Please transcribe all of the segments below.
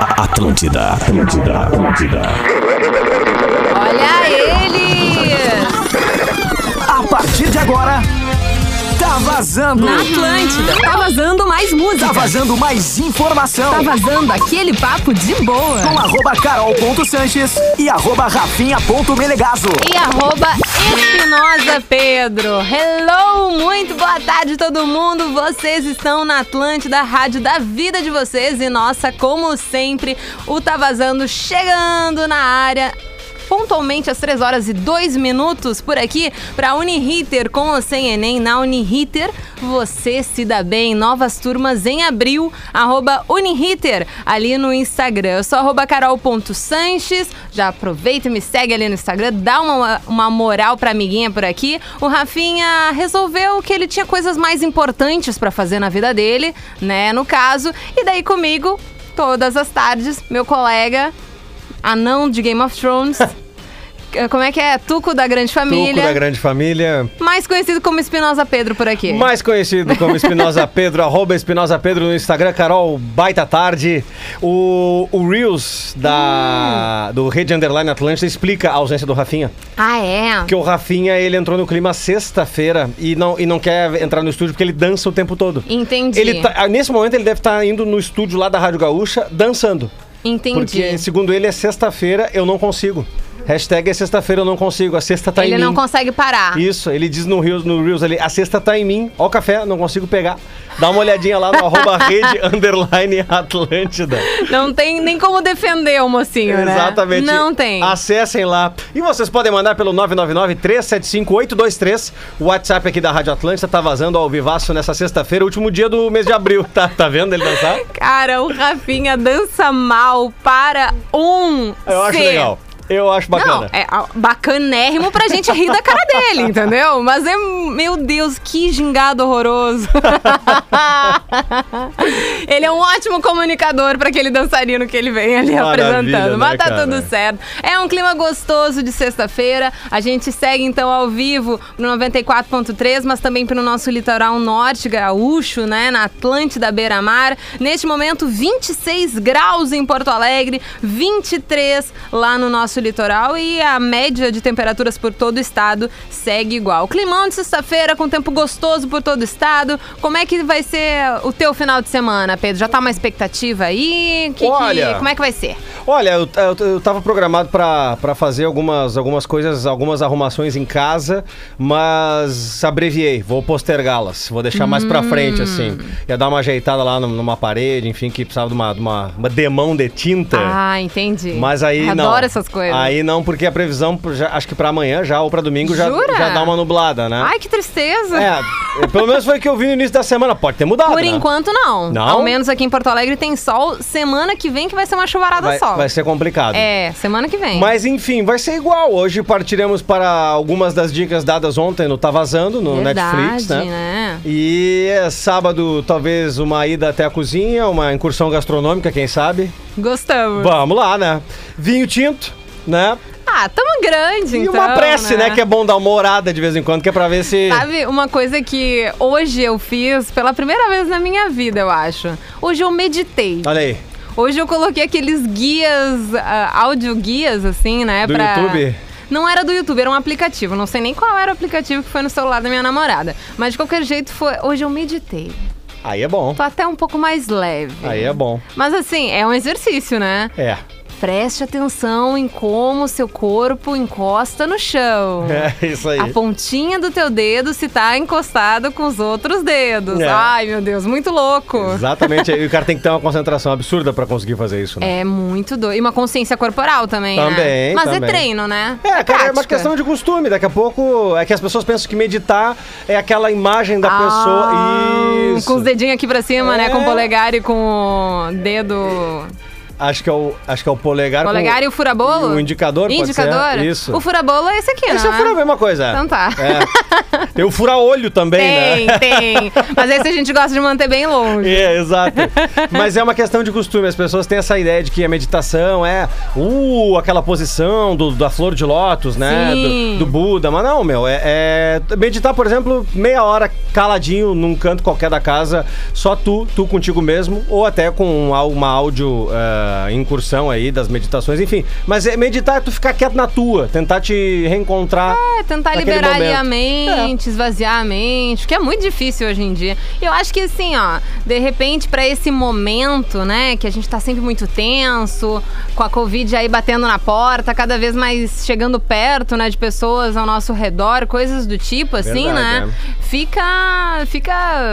Atlântida, Atlântida, Atlântida. Olha ele! A partir de agora, tá vazando. Na Atlântida, tá vazando mais música. Tá vazando mais informação. Tá vazando aquele papo de boa. Com arroba carol.sanches e arroba rafinha.melegazo. E arroba Espinosa Pedro. Hello, muito boa tarde todo mundo. Vocês estão na Atlântida, rádio da vida de vocês. E nossa, como sempre, o Tá Vazando chegando na área pontualmente às 3 horas e 2 minutos por aqui para Uniriter com ou sem Enem. Na Uniriter você se dá Tá bem. Novas turmas em abril, arroba Uniriter ali no Instagram. Eu sou arroba carol.sanches. Já aproveita e me segue ali no Instagram, dá uma, uma moral pra amiguinha por aqui. O Rafinha resolveu que ele tinha coisas mais importantes para fazer na vida dele, né? No caso, e daí comigo. Todas as tardes, meu colega anão de Game of Thrones. Como é que é? Tuco da Grande Família. Tuco da é Grande Família. Mais conhecido como Espinosa Pedro por aqui. Mais conhecido como Espinosa Pedro, arroba Espinosa Pedro no Instagram, Carol Baita Tarde. O, o Reels Hum. da, do Rede Underline Atlântida explica a ausência do Rafinha. Ah, é? Porque o Rafinha, ele entrou no clima sexta-feira e não, e não quer entrar no estúdio porque ele dança o tempo todo. Entendi. Ele tá- nesse momento ele deve estar indo no estúdio lá da Rádio Gaúcha dançando. Entendi. Porque, segundo ele, é sexta-feira, eu não consigo. Hashtag é sexta-feira, eu não consigo. A sexta tá em ele mim. não consegue parar. Isso, ele diz no Reels, no Reels ali, a cesta tá em mim, ó o café, não consigo pegar. Dá uma olhadinha lá no arroba rede underline Atlântida. Não tem nem como defender o mocinho, né? Exatamente. Não tem. Acessem lá. E vocês podem mandar pelo 999-375-823. O WhatsApp aqui da Rádio Atlântida tá vazando ao vivaço nessa sexta-feira, último dia do mês de abril. Tá, tá vendo ele dançar? Cara, o Rafinha dança mal para um Eu acho C. legal. Eu acho bacana. Não, é ah, bacanérrimo pra gente rir da cara dele, entendeu? Mas é, meu Deus, que gingado horroroso. ele é um ótimo comunicador pra aquele dançarino que ele vem ali Maravilha, apresentando. né, Mas tá cara? tudo certo. É um clima gostoso de sexta-feira. A gente segue então ao vivo no 94.3, mas também pelo nosso litoral norte gaúcho, né, na Atlântida Beira-Mar. Neste momento 26 graus em Porto Alegre, 23 lá no nosso litoral e a média de temperaturas por todo o estado segue igual. Climão de sexta-feira com tempo gostoso por todo o estado. Como é que vai ser o teu final de semana, Pedro? Já tá uma expectativa aí? Que que- Olha. como é que vai ser? Olha, eu, eu, eu tava programado pra pra fazer algumas, algumas coisas, algumas arrumações em casa, mas abreviei, vou postergá-las, vou deixar mais pra Hum. frente, assim. Ia dar uma ajeitada lá num- numa parede, enfim, que precisava de uma, de uma, uma demão de tinta. Ah, entendi. Mas aí Adoro não. essas coisas. Aí não, porque a previsão, por já- acho que pra amanhã já ou pra domingo já, Jura? já dá uma nublada, né? Ai, que tristeza. É, pelo menos foi o que eu vi no início da semana. Pode ter mudado. Por né? enquanto, não. Não? Ao menos aqui em Porto Alegre tem sol. Semana que vem que vai ser uma chuvarada vai, tá só. vai ser complicado. É, semana que vem. Mas enfim, vai ser igual. Hoje partiremos para algumas das dicas dadas ontem no Tá Vazando, no Verdade, Netflix, né? né? E é sábado, talvez uma ida até a cozinha, uma incursão gastronômica, quem sabe? Gostamos. Vamos lá, né? Vinho tinto, né? Ah, tamo grande, E então. uma prece, né? Que é bom dar uma orada de vez em quando, que é pra ver se. Sabe, uma coisa que hoje eu fiz pela primeira vez na minha vida, eu acho. Hoje eu meditei. Olha aí. Hoje eu coloquei aqueles guias, ah, audioguias, assim, né? Do pra- YouTube? Não era do YouTube, era um aplicativo. Não sei nem qual era o aplicativo que foi no celular da minha namorada. Mas de qualquer jeito, foi. Hoje eu meditei. Aí é bom. Tô até um pouco mais leve. Aí é bom. Mas assim, é um exercício, né? É. Preste atenção em como o seu corpo encosta no chão. É isso aí. A pontinha do teu dedo se tá encostado com os outros dedos. É. Ai, meu Deus, muito louco. Exatamente. E o cara tem que ter uma concentração absurda pra conseguir fazer isso, né? É muito doido. E uma consciência corporal também, né? Também, Mas é também. treino, né? É, cara, é uma prática. questão de costume. Daqui a pouco é que as pessoas pensam que meditar é aquela imagem da Ah, pessoa. Isso. Com os dedinhos aqui pra cima, né? Com o É. polegar e com o dedo... Acho que é o, acho que é o polegar. com- Polegar e o furabolo? O indicador, pode Indicador? ser. Isso. O furabolo é esse aqui, Esse é não o fura a mesma coisa. Então tá. É. Tem o fura-olho também, Tem, né? tem. Mas esse a gente gosta de manter bem longe. É, exato. Mas é uma questão de costume. As pessoas têm essa ideia de que a meditação é uh, aquela posição do- da flor de lótus, né? Sim. Do, do Buda. Mas não, meu. É, é- meditar, por exemplo, meia hora caladinho num canto qualquer da casa, só tu, tu contigo mesmo, ou até com um uma, uma áudio ah, incursão aí das meditações, enfim. Mas é, meditar é tu ficar quieto na tua, tentar te reencontrar. É, tentar naquele liberar ali a momento. É. mente, esvaziar a mente, que é muito difícil hoje em dia. E eu acho que assim, ó, de repente pra esse momento, né, que a gente tá sempre muito tenso, com a Covid aí batendo na porta, cada vez mais chegando perto, né, de pessoas ao nosso redor, coisas do tipo, assim, Verdade, é. né? Fica, fica,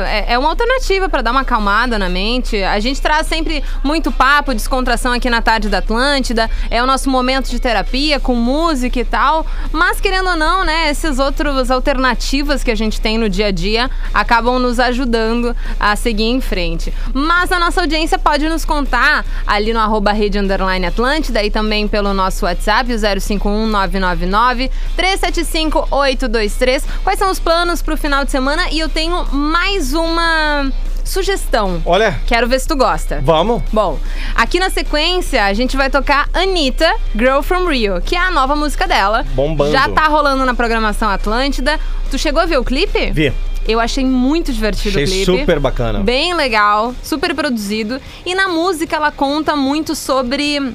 é, é uma alternativa pra dar uma acalmada na mente. A gente traz sempre muito papo, descontração aqui na tarde da Atlântida. É o nosso momento de terapia com música e tal. Mas querendo ou não, né, essas outras alternativas que a gente tem no dia a dia acabam nos ajudando a seguir em frente. Mas a nossa audiência pode nos contar ali no arroba rede underline Atlântida e também pelo nosso WhatsApp, o 051999 375823. Quais são os planos pro final de semana? E eu tenho mais uma sugestão. Olha, Quero ver se tu gosta. vamos. Bom, aqui na sequência a gente vai tocar Anitta, Girl from Rio, que é a nova música dela. Bombando. Já tá rolando na programação Atlântida. Tu chegou a ver o clipe? Vi. Eu achei muito divertido Achei o clipe. super bacana. Bem legal, super produzido. E na música ela conta muito sobre.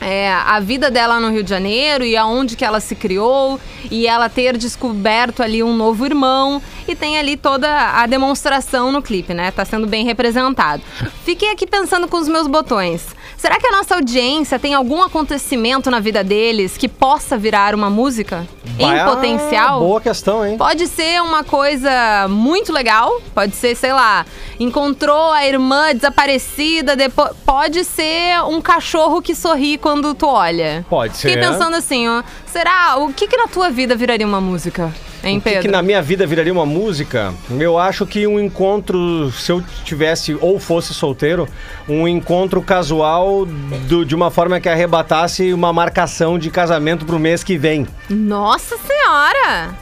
é, a vida dela no Rio de Janeiro e aonde que ela se criou e ela ter descoberto ali um novo irmão e tem ali toda a demonstração no clipe, né? Tá sendo bem representado. Fiquei aqui pensando com os meus botões. Será que a nossa audiência tem algum acontecimento na vida deles que possa virar uma música Vai- ah, em potencial? Boa questão, hein? Pode ser uma coisa muito legal, pode ser, sei lá, encontrou a irmã desaparecida, depois pode ser um cachorro que sorri quando tu olha. Pode ser. Fiquei pensando assim, ó, será o que que na tua vida viraria uma música? Hein, O que, Pedro? que na minha vida viraria uma música? Eu acho que um encontro, se eu tivesse ou fosse solteiro, um encontro casual do- de uma forma que arrebatasse uma marcação de casamento pro mês que vem. Nossa senhora!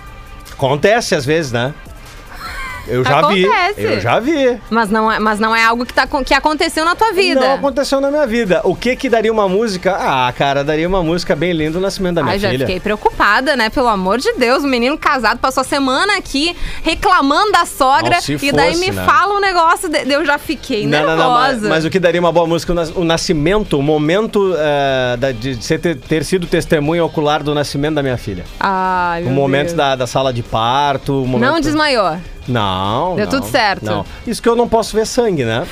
Acontece às vezes, né? Eu já Acontece. vi. Eu já vi. Mas não é, mas não é algo que, tá, com- que aconteceu na tua vida. Não aconteceu na minha vida. O que que daria uma música? Ah, cara, daria uma música bem linda o nascimento da minha Ai, já filha. fiquei preocupada, né? Pelo amor de Deus, o menino casado passou a semana aqui reclamando da sogra Não, se e daí fosse, me né? fala um negócio, de- eu já fiquei Não, nervosa. não, não, mas, mas o que daria uma boa música, o nas- o nascimento, o momento eh, da- de ser, ter, ter sido testemunha ocular do nascimento da minha filha. Ai, O meu momento Deus. da, da sala de parto. O momento... Não desmaiou. Não. Deu não, tudo certo. Não. Isso que eu não posso ver sangue, né?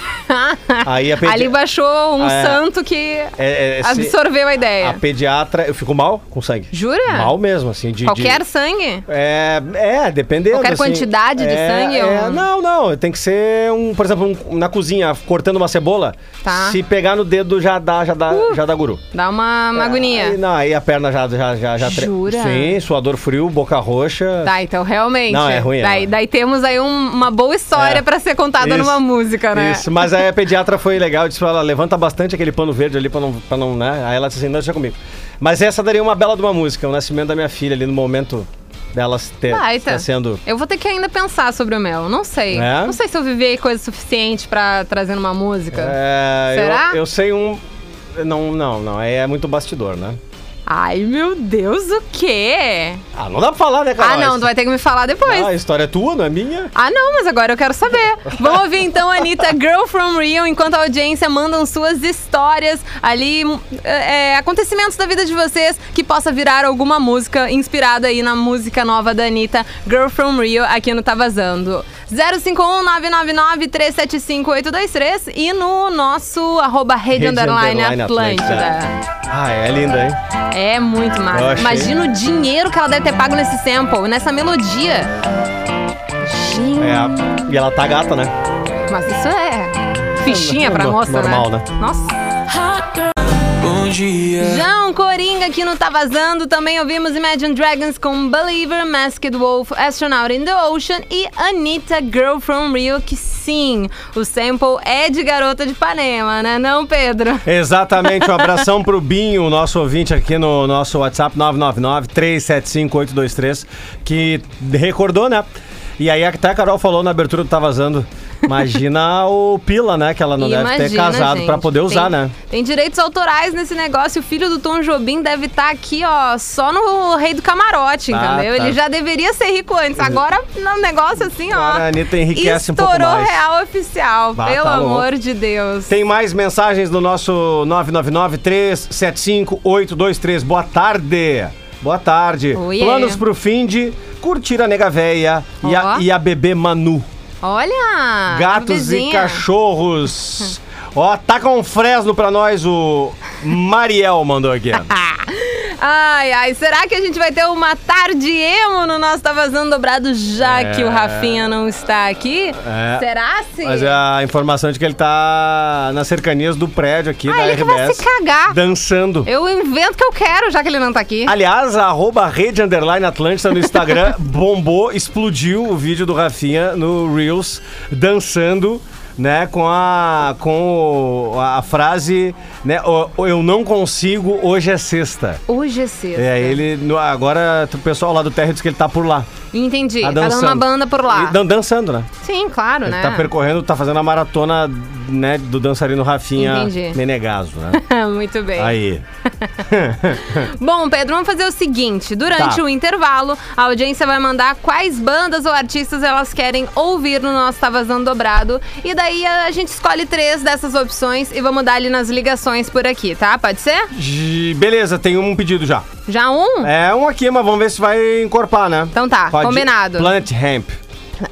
Aí a pedi- Ali baixou um Ah, é. santo que É, é, esse- absorveu a ideia. A pediatra. Eu fico mal com sangue. Jura? Mal mesmo, assim. De, de- Qualquer sangue? É, é, dependendo. Qualquer assim. quantidade de É, sangue, é, um- Não, não. Tem que ser um, por exemplo, um- na cozinha, cortando uma cebola. Tá. Uh. Se pegar no dedo, já dá, já dá, já dá guru. Dá uma, uma agonia. Ah, Aí, não, aí a perna já, já, já, já tre- Jura? Sim, suador frio, boca roxa. Tá, então realmente. Não, é ruim, é Daí, ruim. daí temos aí um- uma boa história É. pra ser contada Isso, numa música, né? Isso, mas aí a pediatra foi legal, disse pra ela, levanta bastante aquele pano verde ali pra não, pra não né? Aí ela disse assim, não, deixa comigo. Mas essa daria uma bela de uma música, o nascimento da minha filha ali no momento dela ter, Baita. estar Tá sendo... Eu vou ter que ainda pensar sobre o meu. Não sei. É? Não sei se eu vivi coisa suficiente pra trazer uma música. É, Será? Eu, eu sei um... Não, não, não, aí é muito bastidor, né? Ai, meu Deus, o quê? Ah, não dá pra falar, né, cara? Ah, não, tu vai ter que me falar depois. Ah, a história é tua, não é minha? Ah, não, mas agora eu quero saber. Vamos ouvir então a Anitta Girl from Rio, enquanto a audiência mandam suas histórias ali, é, é, acontecimentos da vida de vocês, que possa virar alguma música inspirada aí na música nova da Anitta, Girl from Rio, aqui no Tá Vazando. 051-999-375-823 e no nosso arroba rede, underline, Atlântida. Ah, é linda, hein? É muito Eu massa. achei. Imagina o dinheiro que ela deve ter pago nesse sample, nessa melodia. Gente. É, e ela tá gata, né? Mas isso é fichinha pra No- moça, normal, né? Nossa. Bom dia. João Coringa aqui no Tá Vazando. Também ouvimos Imagine Dragons com Believer, Masked Wolf, Astronaut in the Ocean e Anitta, Girl from Rio, que sim, o sample é de Garota de Ipanema, né não, Pedro? Exatamente, um abração pro Binho, nosso ouvinte aqui no nosso WhatsApp 999-375-823, que recordou, né? E aí até a Carol falou na abertura do Tá Vazando Imagina o Pila, né? Que ela não deve ter Imagina, casado gente. pra poder Tem- usar, né? Tem direitos autorais nesse negócio. O filho do Tom Jobim deve estar aqui, ó, só no Rei do Camarote, Ah, entendeu? tá. Ele já deveria ser rico antes. Agora, no negócio assim, ó. Agora a Anitta enriquece um pouco estourou mais. real oficial, Bah, pelo tá louco. amor de Deus. Tem mais mensagens no nosso 999-375-823. Boa tarde. Boa tarde. Oiê. Planos pro fim de curtir a nega véia e, a, Ó. e a bebê Manu. Olha! Gatos e bebezinha. cachorros. Hum. Ó, taca um fresno pra nós, o Mariel mandou aqui. Ai, ai, será que a gente vai ter uma tarde emo no nosso Tá Vazando Dobrado já É. que o Rafinha não está aqui? É. Será sim? Mas a informação é de que ele tá nas cercanias do prédio aqui Ah, da ele que vai RBS. se cagar. Dançando. Eu invento o que eu quero, já que ele não tá aqui. Aliás, a arroba rede underline Atlântida no Instagram bombou, explodiu o vídeo do Rafinha no Reels dançando, né, com a com o- a frase, né, o- o eu não consigo, hoje é sexta. Hoje é sexta. É, ele no- agora o pessoal lá do térreo diz que ele tá por lá, Entendi. tá Tá dando dançando. uma banda por lá. E dan- dançando, né? Sim, claro, Ele né? tá percorrendo, tá fazendo a maratona, né, do dançarino Rafinha Entendi. Menegaso, né? Muito bem. Aí. Bom, Pedro, vamos fazer o seguinte: durante Tá. o intervalo, a audiência vai mandar quais bandas ou artistas elas querem ouvir no nosso Tá Vazando Dobrado. E daí a gente escolhe três dessas opções e vamos dar ali nas ligações por aqui, tá? Pode ser? Gi- Beleza, tem um pedido já. Já um? É um aqui, mas vamos ver se vai encorpar, né? Então tá, Pode- combinado. Planet Hemp.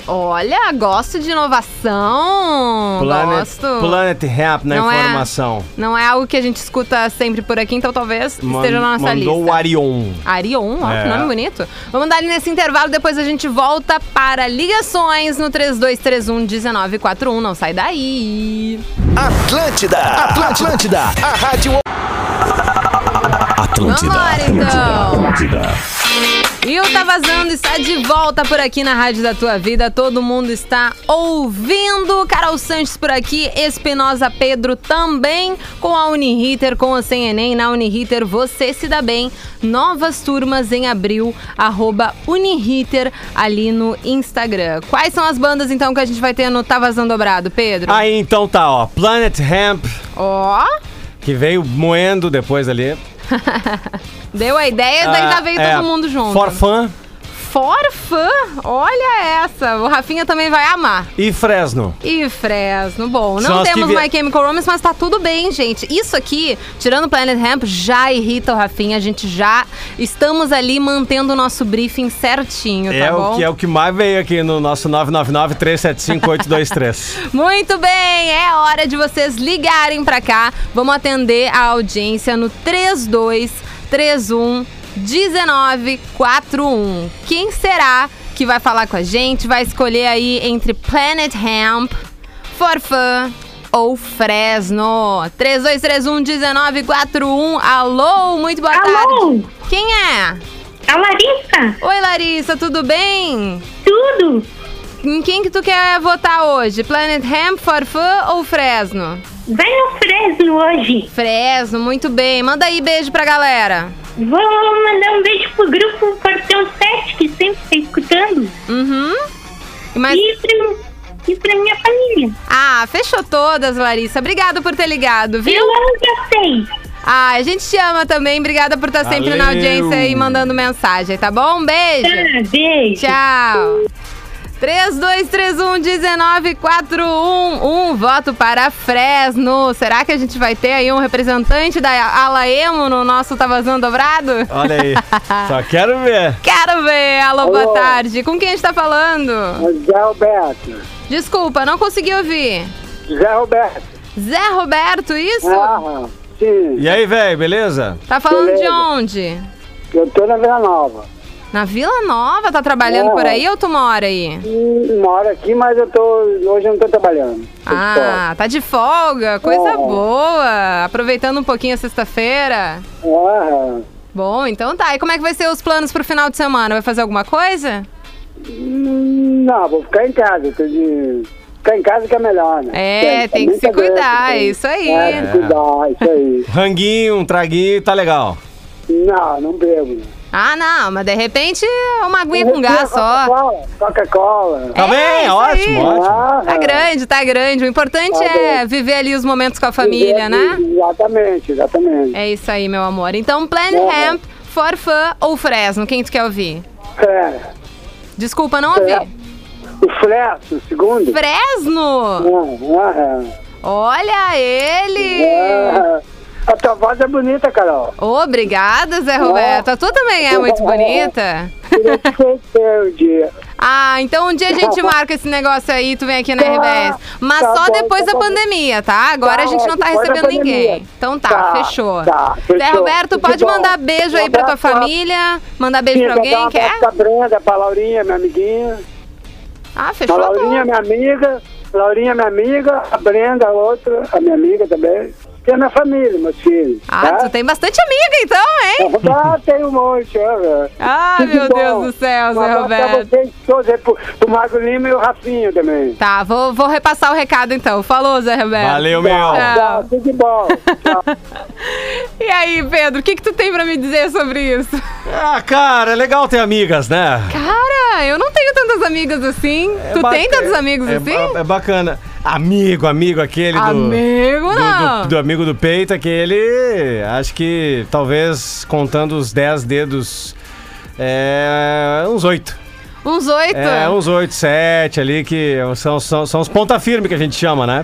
Olha, gosto de inovação. Planet, gosto. Planet Hemp na Não é- informação. Não é algo que a gente escuta sempre por aqui, então talvez esteja na nossa mandou lista. o Arion. Arion, ó, É. que nome bonito. Vamos dar ali nesse intervalo, depois a gente volta para ligações no 3231-1941. Não sai daí. Atlântida, Atlântida, a rádio Atlântida, Vambora, Atlântida, então. Atlântida. E o Tá Vazando está de volta por aqui na Rádio da Tua Vida. Todo mundo está ouvindo. Carol Sanches por aqui, Espinosa Pedro também, com a Uniriter, com o Sem Enem. Na Uniriter você se dá bem. Novas turmas em abril, arroba Uniriter ali no Instagram. Quais são as bandas então que a gente vai ter no Tá Vazando Dobrado, Pedro? Aí então tá, ó. Planet Hemp, Ó, que veio moendo depois ali. deu a ideia, daí já veio Ah, é, todo mundo junto. For Fun Forfã, olha essa. O Rafinha também vai amar. e Fresno. E Fresno, bom, São não as que temos vi- My Chemical Romance, mas tá tudo bem, gente. Isso aqui, tirando o Planet Hemp, já irrita o Rafinha, a gente já estamos ali mantendo o nosso briefing certinho, tá é, bom? o que, é o que mais veio aqui no nosso 999-375-823. Muito bem, é hora de vocês ligarem pra cá. Vamos atender a audiência no 3231 1941. Quem será que vai falar com a gente? Vai escolher aí entre Planet Hemp, Forfã ou Fresno. 3231 1941. Alô, muito boa tarde. Alô, Quem é? a Larissa, Oi, Larissa, tudo bem? tudo? Em quem que tu quer votar hoje? Planet Hemp, Forfã ou Fresno? Vai no Fresno hoje. Fresno, muito bem. Manda aí beijo pra galera. Vou mandar um beijo pro grupo Portão 7, que sempre tá escutando. Uhum. Mas... E, pra, e pra minha família. Ah, fechou todas, Larissa. Obrigada por ter ligado, viu? Eu amo vocês. Ah, a gente te ama também. Obrigada por estar sempre na Valeu. audiência e mandando mensagem, tá bom? Um beijo. Tá, beijo. Tchau. 3231-1941. Um voto para Fresno. Será que a gente vai ter aí um representante da ala emo no nosso Tá Vazando Dobrado? Olha aí. Só quero ver. Quero ver! Alô, boa tarde. Com quem a gente tá falando? Zé Roberto. Desculpa, não consegui ouvir. Zé Roberto. Zé Roberto, isso? Ah, sim. E aí, velho, beleza? Tá falando de beleza. onde? Eu tô na Vila Nova. Na Vila Nova, tá trabalhando É. por aí ou tu mora aí? Hum, Moro aqui, mas eu tô. Hoje eu não tô trabalhando. Tô Ah, tá de folga, coisa É. boa. Aproveitando um pouquinho a sexta-feira. de folga. Aham. Bom, então tá. E como é que vai ser os planos pro final de semana? Vai fazer alguma coisa? Hum, Não, vou ficar em casa. Tô de. Ficar em casa que é melhor, né? É, tem que se muita doença, cuidar, tem- isso aí. É, se cuidar, isso aí. Ranguinho, um traguinho, tá legal. Não, não bebo. Ah, não, mas de repente é uma aguinha com gás só. Coca-Cola, Coca-Cola. Tá É, bem, isso ótimo, aí. ótimo. Ah, Tá grande, tá grande. O importante é viver ali os momentos com a família, né? Exatamente, exatamente. É isso aí, meu amor. Então, Plan Hemp, For Fun ou Fresno? Quem tu quer ouvir? É. Desculpa, não ouvi. É. O Flesso, o segundo. Fresno! Ah, ah, Olha ele! ah. A tua voz é bonita, Carol. Obrigada, Zé Roberto. A tua também é muito bonita. Queria te conhecer um dia. Ah, então um dia a gente marca esse negócio aí, tu vem aqui na Tá. RBS. Mas Tá só bom, depois tá da bom. pandemia, tá? Agora Tá, a gente não tá depois da recebendo pandemia. ninguém. Então tá, Tá, fechou. tá, Zé fechou. Roberto, Tudo pode bom. mandar beijo aí pra tua Abraço, abraço. família, mandar beijo pra Queria dar um alguém, é? quer? abraço Pra Brenda, pra Laurinha, minha amiguinha. Ah, A fechou. Laurinha, minha amiga. Laurinha, minha amiga. A Brenda, a outra, a minha amiga também. E a minha família, meus filhos. Ah, tá? tu tem bastante amiga então, hein? Ah, tem um monte, ó, velho. Ah, Tudo meu bom. Deus do céu, Um Zé abraço Pra Roberto. vocês todos aí, pro, pro Mago Lima e o Rafinho também. Tá, vou, vou repassar o recado então. Falou, Zé Roberto. Valeu, meu. Tchau. Tchau, Tá, tudo de bom. Tchau. E aí, Pedro, o que, que tu tem pra me dizer sobre isso? Ah, cara, é legal ter amigas, né? Cara, eu não tenho tantas amigas assim. É tu bac- tem tantos amigos é, assim? ba- É bacana. Amigo, amigo aquele do- Amigo, do, não. do- do amigo do peito, aquele. Acho que talvez contando os 10 dedos. É. Uns oito. Uns oito? É, É, uns oito, sete ali, que são, são, são os ponta firme que a gente chama, né?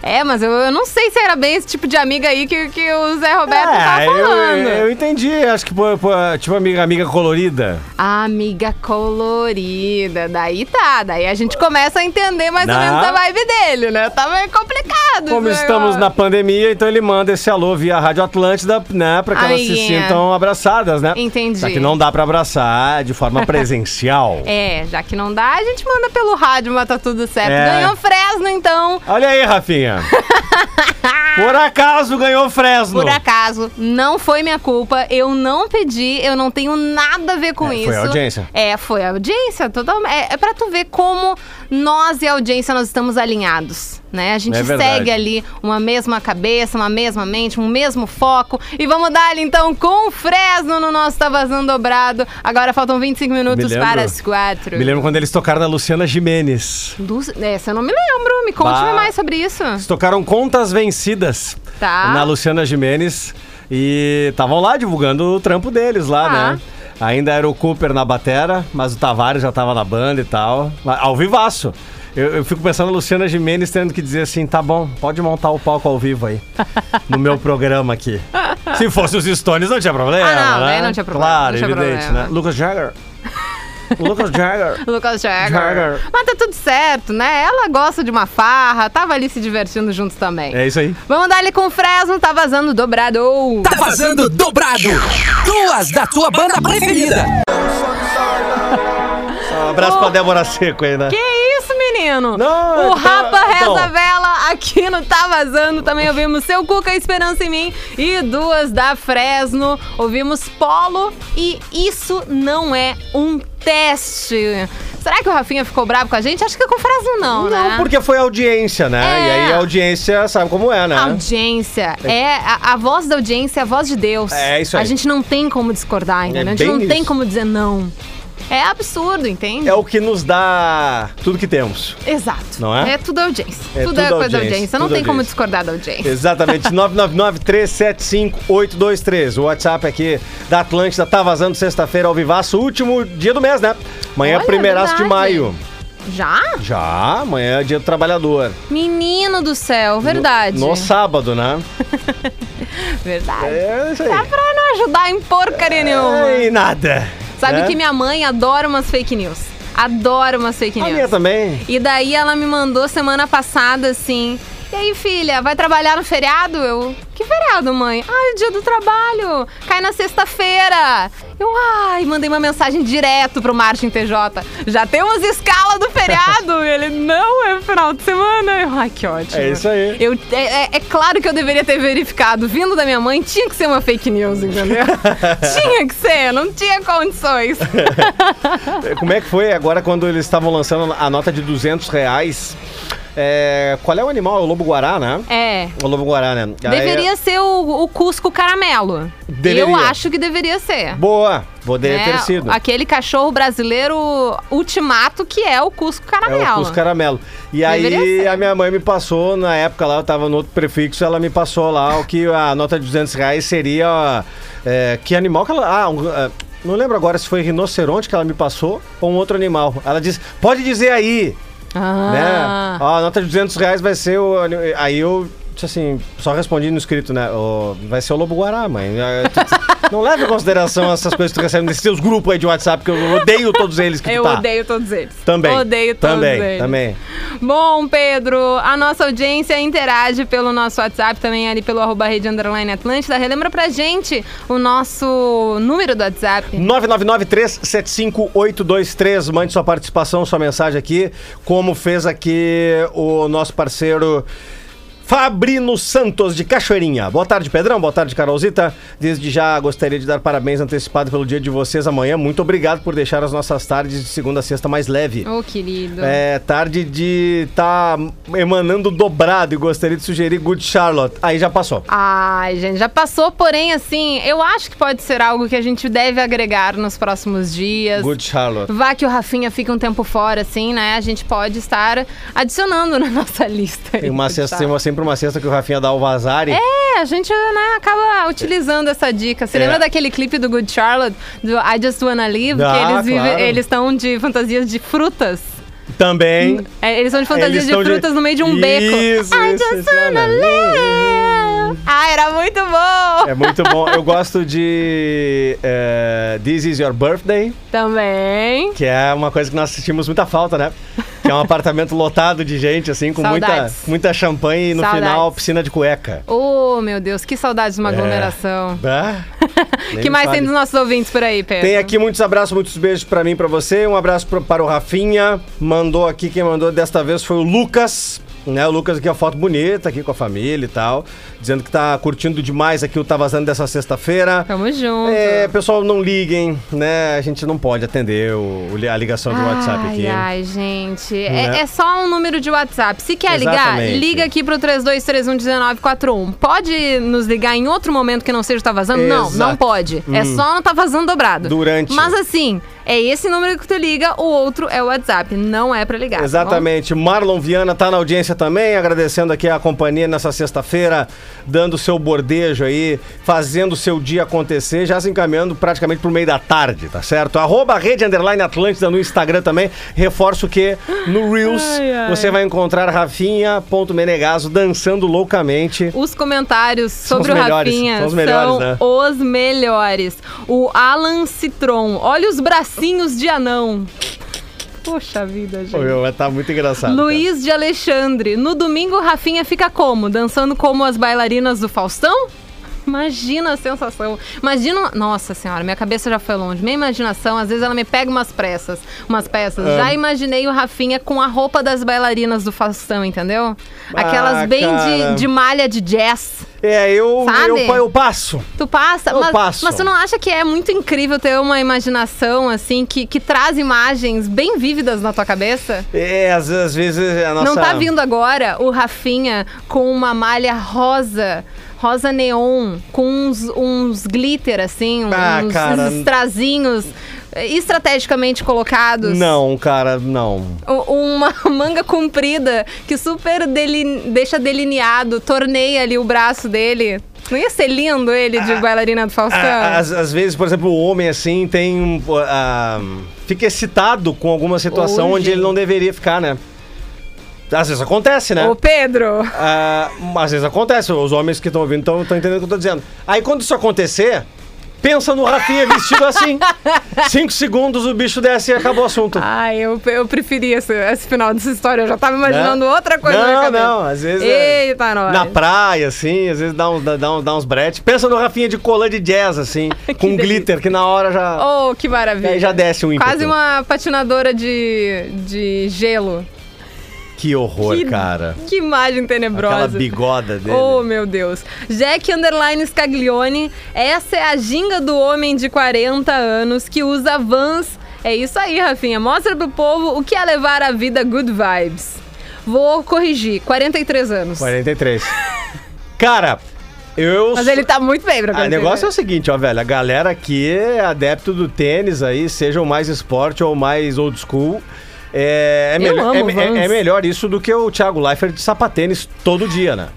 É, mas eu, eu não sei se era bem esse tipo de amiga aí que, que o Zé Roberto tava É, eu, falando. eu entendi. Acho que pô, pô, tipo amiga, amiga colorida. Amiga colorida. Daí tá, daí a gente começa a entender mais ou Não. menos a vibe dele, né? Tá meio complicado. Como esse estamos negócio. na pandemia, então ele manda esse alô via Rádio Atlântida, né? Pra que elas se Amiguinha. sintam abraçadas, né? é. Entendi. Só que não dá pra abraçar de forma presencial. É, já que não dá, a gente manda pelo rádio, mas tá tudo certo. É. Ganhou Fresno, então. Olha aí, Rafinha. Por acaso ganhou Fresno. Por acaso, não foi minha culpa, eu não pedi, eu não tenho nada a ver com É, foi isso. a audiência. É, foi a audiência. totalmente. é, é pra tu ver como nós e a audiência nós estamos alinhados, né? A gente É verdade. segue ali uma mesma cabeça, uma mesma mente, um mesmo foco. E vamos dar ali então com o Fresno no nosso Tá Vazando Dobrado. Agora faltam 25 minutos lembro. para as quatro. Me lembro quando eles tocaram na Luciana Jimenez. Luz- Essa eu não me lembro, me conte Bah. mais sobre isso. Eles tocaram Contas Vencidas Tá. na Luciana Jimenez e estavam lá divulgando o trampo deles lá, Ah. né? Ainda era o Cooper na batera, mas o Tavares já tava na banda e tal. Mas Ao vivaço. Eu, eu fico pensando a Luciana Jimenez tendo que dizer assim, tá bom, pode montar o palco ao vivo aí, no meu programa aqui. Se fosse os Stones não tinha problema, Ah, não, né? daí não tinha problema, Claro, não tinha evidente, problema. né? Lucas Jagger. Lucas Jagger. Lucas Jagger. Jagger. Mas tá tudo certo, né? Ela gosta de uma farra, tava ali se divertindo juntos também. É isso aí. Vamos dar ele com o Fresno, tá vazando dobrado. Tá vazando dobrado. Duas da tua banda preferida. Um abraço pra Débora Seco aí, né? Que isso, menino? Não, o é que tá- Rapa Reza então. a Vela aqui no Tá Vazando. Também ouvimos Seu Cuca Esperança em Mim e duas da Fresno. Ouvimos Polo e Isso Não É Um Teste. Será que o Rafinha ficou bravo com a gente? Acho que com o Fresno não, né? Não, porque foi audiência, né? É. E aí a audiência sabe como é, né? A audiência é a, a voz da audiência, é a voz de Deus. É, isso aí. A gente não tem como discordar, entendeu? É a gente bem não tem isso. como dizer não. É absurdo, entende? É o que nos dá tudo que temos. Exato. Não é? É tudo audiência. É tudo, tudo é coisa da audiência, audiência. Não tudo tem como audiência. discordar da audiência. Exatamente, 999-375-823. O WhatsApp aqui da Atlântida tá vazando sexta-feira ao vivaço, último dia do mês, né? Amanhã Olha, é primeiraço de verdade. maio. Já? Já, amanhã é dia do trabalhador. Menino do céu, verdade. No sábado, né? Verdade. É isso aí. Dá pra não ajudar em porcaria nenhuma. É, e nada. Sabe né? que minha mãe adora umas fake news. Adora umas fake A news. minha também. E daí ela me mandou semana passada assim. E aí, filha, vai trabalhar no feriado? Eu. Que feriado, mãe? Ai, dia do trabalho. Cai na sexta-feira. Eu, ai, mandei uma mensagem direto pro Martin TJ. Já temos escala do feriado? Ele, não, é final de semana. Eu, ai, que ótimo. É isso aí. Eu, é, é- é claro que eu deveria ter verificado. Vindo da minha mãe, tinha que ser uma fake news, entendeu? tinha que ser, não tinha condições. é Como é que foi agora quando eles estavam lançando a nota de 200 reais? É, qual é o animal? É o lobo-guará, né? É. O lobo-guará, né? Aí- Deveria ser o, o Cusco Caramelo. Deveria. Eu acho que deveria ser. Boa! Poderia Né? ter sido. É Aquele cachorro brasileiro ultimato que é o Cusco Caramelo. É o Cusco Caramelo. E Deveria aí ser. a minha mãe me passou, na época lá, eu tava no outro prefixo, ela me passou lá o que a nota de 200 reais seria... é, que animal que ela... Ah, um, é, não lembro agora se foi rinoceronte que ela me passou ou um outro animal. Ela disse, pode dizer aí, né? Ah. Ó, a nota de 200 reais vai ser o... ani- Aí eu... disse Assim, só respondi no escrito, né? Ó, vai ser o Lobo Guará, mãe. Ah, tu- Não leva em consideração essas coisas que tu recebe nesses teus grupos aí de WhatsApp, que eu odeio todos eles que tu Eu tá. odeio todos eles. Também. Odeio todos também, eles. Também. Bom, Pedro, a nossa audiência interage pelo nosso WhatsApp, também ali pelo arroba rede underline Atlântida. Relembra pra gente o nosso número do WhatsApp. 999-375-823. Mande sua participação, sua mensagem aqui, como fez aqui o nosso parceiro. Fabrino Santos de Cachoeirinha. Boa tarde, Pedrão. Boa tarde, Carolzita. Desde já gostaria de dar parabéns antecipado pelo dia de vocês amanhã. Muito obrigado por deixar as nossas tardes de segunda a sexta mais leve. Ô, querido. É, tarde de tá emanando dobrado e gostaria de sugerir Good Charlotte. Aí já passou. Ah, Ai, gente, já passou, porém, assim, eu acho que pode ser algo que a gente deve agregar nos próximos dias. Good Charlotte. Vá que o Rafinha fica um tempo fora, assim, né? A gente pode estar adicionando na nossa lista. aí, Tem uma cesta, tá? tem uma- sempre uma cesta que o Rafinha dá o Vazari. É, a gente né, acaba utilizando essa dica. Você É. lembra daquele clipe do Good Charlotte, do I Just Wanna Live? Ah, que eles vivem- claro. eles estão de fantasias de frutas. Também. É, eles são de fantasias Eles de tão de- frutas no meio de um Isso, beco. isso, é I isso, just wanna olha. live. Ah, era muito bom! É muito bom. Eu gosto de eh, This Is Your Birthday, Também. que é uma coisa que nós sentimos muita falta, né? Que é um apartamento lotado de gente, assim, com muita, Saudades. muita champanhe e no Saudades. final piscina de cueca. Oh, meu Deus, que saudade de uma É. aglomeração. Ah, O nem que me mais fale. tem dos nossos ouvintes por aí, Pedro? Tem aqui muitos abraços, muitos beijos pra mim, pra você. Um abraço pro- para o Rafinha. Mandou aqui, quem mandou desta vez foi o Lucas. Né, o Lucas aqui, a foto bonita aqui com a família e tal. Dizendo que tá curtindo demais aqui o Tá Vazando dessa sexta-feira. Tamo junto. É, pessoal, não liguem, né? A gente não pode atender o- o li- a ligação do WhatsApp ai, tá aqui. ai, gente. Né? É, é só um número de WhatsApp. Se quer Exatamente. ligar, liga aqui pro 32311941. Pode nos ligar em outro momento que não seja o Tá Vazando? Não, Exato. Hum. não pode. É só no Tá Vazando dobrado. Durante. Mas assim, é esse número que tu liga, o outro é o WhatsApp. Não é pra ligar. tá bom? Exatamente. Marlon Viana tá na audiência também, agradecendo aqui a companhia nessa sexta-feira, dando seu bordejo aí, fazendo seu dia acontecer, já se encaminhando praticamente pro meio da tarde, tá certo? Arroba Rede Underline Atlântida no Instagram também. Reforço que no Reels você vai encontrar Rafinha.menegaso dançando loucamente. Os comentários sobre os o melhores, Rafinha são os melhores, né? os melhores. O Alan Citron, olha os bracinhos de anão. Poxa vida, gente. Pô, meu, tá muito engraçado. cara. Luiz de Alexandre, no domingo Rafinha fica como? Dançando como as bailarinas do Faustão? Imagina a sensação. Imagina. Nossa senhora, minha cabeça já foi longe. Minha imaginação, às vezes ela me pega umas pressas, umas peças. É. Já imaginei o Rafinha com a roupa das bailarinas do Faustão, entendeu? Aquelas Ah, bem cara. de, de malha de jazz. É, eu, eu, Sabe? eu passo. Tu passa, Eu mas, passo. mas tu não acha que é muito incrível ter uma imaginação assim que, que traz imagens bem vívidas na tua cabeça? É, às, às vezes a nossa. Não tá vindo agora o Rafinha com uma malha rosa, rosa neon, com uns, uns glitter, assim, Ah, uns, cara. uns trazinhos eh, estrategicamente colocados. Não, cara, não. U- Uma manga comprida que super deli- deixa delineado, torneia ali o braço dele. Não ia ser lindo ele de bailarina do Faustão? Ah, A- Às, às vezes, por exemplo, o homem assim tem um. pô, ah, fica excitado com alguma situação Hoje. onde ele não deveria ficar, né? Às vezes acontece, né? Ô, Pedro! Ah, às vezes acontece, os homens que estão ouvindo estão entendendo o que eu tô dizendo. Aí quando isso acontecer, pensa no Rafinha vestido assim. Cinco segundos, o bicho desce e acabou o assunto. Ai, eu, eu preferi esse, esse final dessa história. Eu já tava imaginando Né? outra coisa não, na minha cabeça. Não, às vezes. é- Eita, nós. Na praia, assim, às vezes dá uns, dá, dá uns, dá uns bretes. Pensa no Rafinha de colã de jazz, assim, com delícia. glitter, que na hora já. Oh, que maravilha. Aí já desce um ímpeto. Quase uma patinadora de, de gelo. Que horror, Que- cara. Que imagem tenebrosa. Aquela bigoda dele. Oh, meu Deus. Jack Underline Scaglione, essa é a ginga do homem de 40 anos que usa vans. É isso aí, Rafinha. Mostra pro povo o que é levar a vida good vibes. Vou corrigir, 43 anos. 43. Cara, eu. Mas ele tá muito bem pra O 43. negócio é o seguinte, ó, velho. A galera aqui é adepto do tênis aí, sejam mais esporte ou mais old school. É, é, Eu melhor, amo é- é- Vans. é melhor isso do que o Thiago Leifert de sapatênis todo dia, né?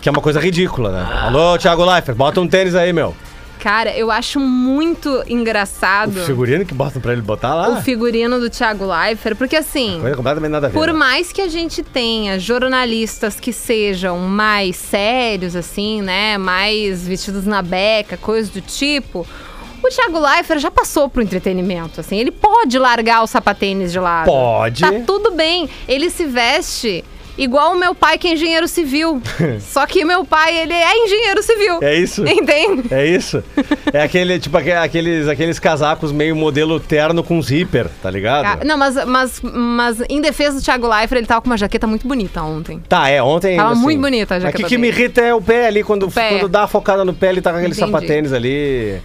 Que é uma coisa ridícula, né? Alô, Thiago Leifert, bota um tênis aí, meu. Cara, eu acho muito O engraçado figurino que botam pra ele botar lá. o figurino do Thiago Leifert, porque assim. Ah, Coisa completamente nada a ver. Por né? mais que a gente tenha jornalistas que sejam mais sérios, assim, né? Mais vestidos na beca, coisas do tipo. O Thiago Leifert já passou pro entretenimento, assim. Ele pode largar o sapatênis de lado. Pode. Tá tudo bem. Ele se veste igual o meu pai, que é engenheiro civil. Só que meu pai, ele é engenheiro civil. É isso? Entende? É isso? É aquele, tipo, aque- aqueles, aqueles casacos meio modelo terno com zíper, tá ligado? Ah, Não, mas, mas, mas em defesa do Thiago Leifert, ele tava com uma jaqueta muito bonita ontem. Tá, é, ontem. Tava assim, muito bonita a mas O jaqueta que, que dele. me irrita é o pé ali, quando, pé. quando dá a focada no pé, ele tá com aquele Entendi. sapatênis ali.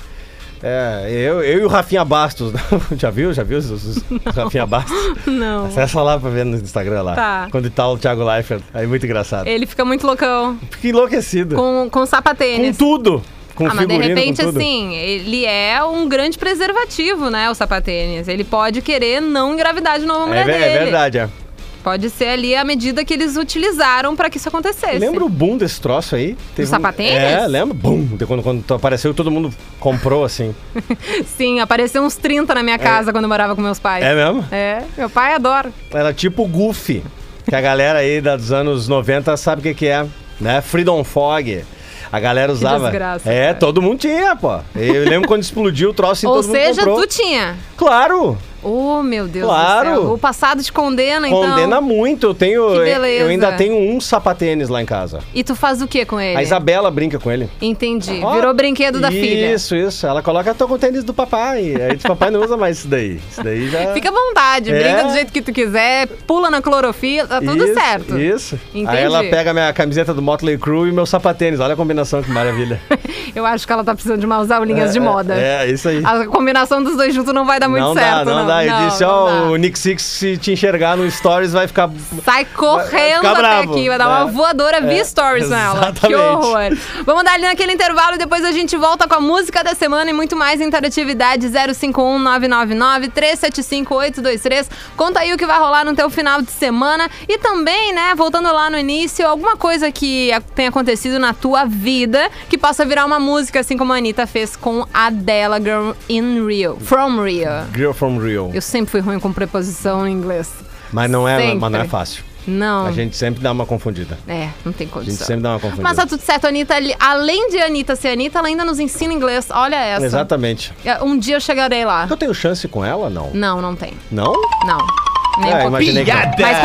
É, eu, eu e o Rafinha Bastos. já viu? Já viu os, os- os Rafinha Bastos? Não. Acessa lá pra ver no Instagram lá. Tá. Quando tá o Thiago Leifert. Aí muito engraçado. Ele fica muito loucão. Fiquei enlouquecido. Com, Com, com sapatênis. tudo. Com ah, mas de figurino, repente, com tudo. assim, ele é um grande preservativo, né? O sapatênis. Ele pode querer não engravidar de novo a É, mulher ve- dele. é verdade, é. Pode ser ali a medida que eles utilizaram pra que isso acontecesse. Lembra o boom desse troço aí? Teve um- sapatênis? É, lembra? Boom! De quando, quando apareceu, todo mundo comprou assim. Sim, apareceu uns 30 na minha casa quando eu morava com meus pais. É mesmo? É, meu pai adora. Era tipo Goofy, que a galera aí da- dos anos 90 sabe o que, que é, né? Freedom Fog. A galera usava. desgraça, é, cara. todo mundo tinha, pô. Eu lembro quando explodiu o troço e Ou todo mundo seja, tu comprou. tinha. Claro, Oh, meu Deus Claro. do céu. O passado te condena, então. condena muito. Eu tenho, Que beleza. eu ainda tenho um sapatênis lá em casa. E tu faz o que com ele? A Isabela brinca com ele. Entendi. Ó, É. Virou brinquedo da filha. Isso, isso. Ela coloca, tô com o tênis do papai. Aí o papai não usa mais isso daí. Isso daí já... Fica à vontade, É. brinca do jeito que tu quiser, pula na clorofila, tá tudo Isso, certo. Isso. Entendi. Aí ela pega minha camiseta do Motley Crue e meu sapatênis. Olha a combinação que maravilha. Eu acho que ela tá precisando de umas aulinhas de É, moda. É, isso aí. A combinação dos dois juntos não vai dar muito não certo, dá, não, dá. Eu disse, não ó, dá. o Nick Six, se te enxergar no Stories, vai ficar. Sai vai correndo ficar até bravo, aqui, vai dar uma né? voadora via É, stories nela. Que exatamente. horror. Vamos dar ali naquele intervalo, depois a gente volta com a música da semana e muito mais interatividade 051-999-375-823. Conta aí o que vai rolar no teu final de semana e também, né, voltando lá no início, alguma coisa que a- tenha acontecido na tua vida que possa virar uma música, assim como a Anitta fez com a Della Girl in Rio, From Rio. Girl from Rio. Eu sempre fui ruim com preposição em inglês. Mas não é, sempre. mas não é fácil. Não. A gente sempre dá uma confundida. É, não tem A condição. gente sempre dá uma confundida. Mas tá tudo certo, Anitta. Ali- Além de Anitta ser Anitta, ela ainda nos ensina inglês. Olha essa. Exatamente. É, Um dia eu chegarei lá. Eu tenho chance com ela, não? Não, não tem. Não? Ah, Não. É, Nem um pouquinho. imaginei que não. Mas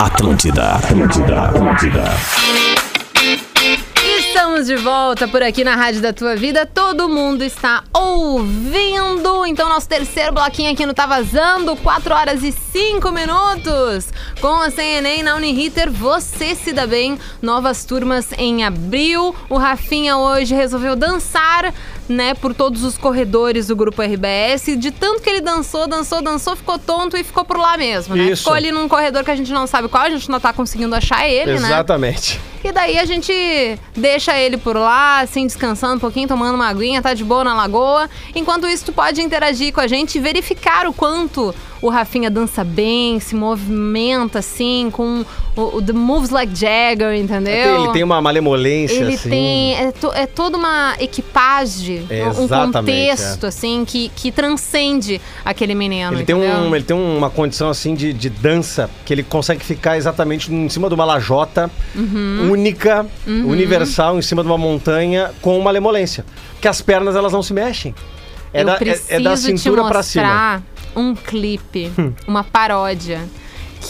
Atlântida, Atlântida, Atlântida. estamos de volta por aqui na Rádio da Tua Vida. Todo mundo está ouvindo. Então, nosso terceiro bloquinho aqui no Tá Vazando. 4 horas e 5 minutos. Com a sem Enem na Uniriter, você se dá bem. Novas turmas em abril. O Rafinha hoje resolveu dançar, né, por todos os corredores do Grupo RBS. De tanto que ele dançou, dançou, dançou, ficou tonto e ficou por lá mesmo, né? Isso. Ficou ali num corredor que a gente não sabe qual, a gente não tá conseguindo achar ele, né? Exatamente. E daí a gente deixa ele por lá, assim, descansando um pouquinho, tomando uma aguinha, tá de boa na lagoa. Enquanto isso, tu pode interagir com a gente e verificar o quanto o Rafinha dança bem, se movimenta, assim, com o, o The Moves Like Jagger, entendeu? É, Ele tem uma malemolência, Ele assim. tem- É, to- é toda uma equipagem, um Exatamente, é. contexto, assim, que, que transcende aquele menino. Ele tem, entendeu? um, ele tem uma condição assim de, de dança que ele consegue ficar exatamente em cima de uma lajota Uhum. única, universal, em cima de uma montanha, com uma lemolência. Porque as pernas elas não se mexem. É, eu da, é- preciso é da cintura te pra cima. Hum. mostrar um clipe, uma paródia.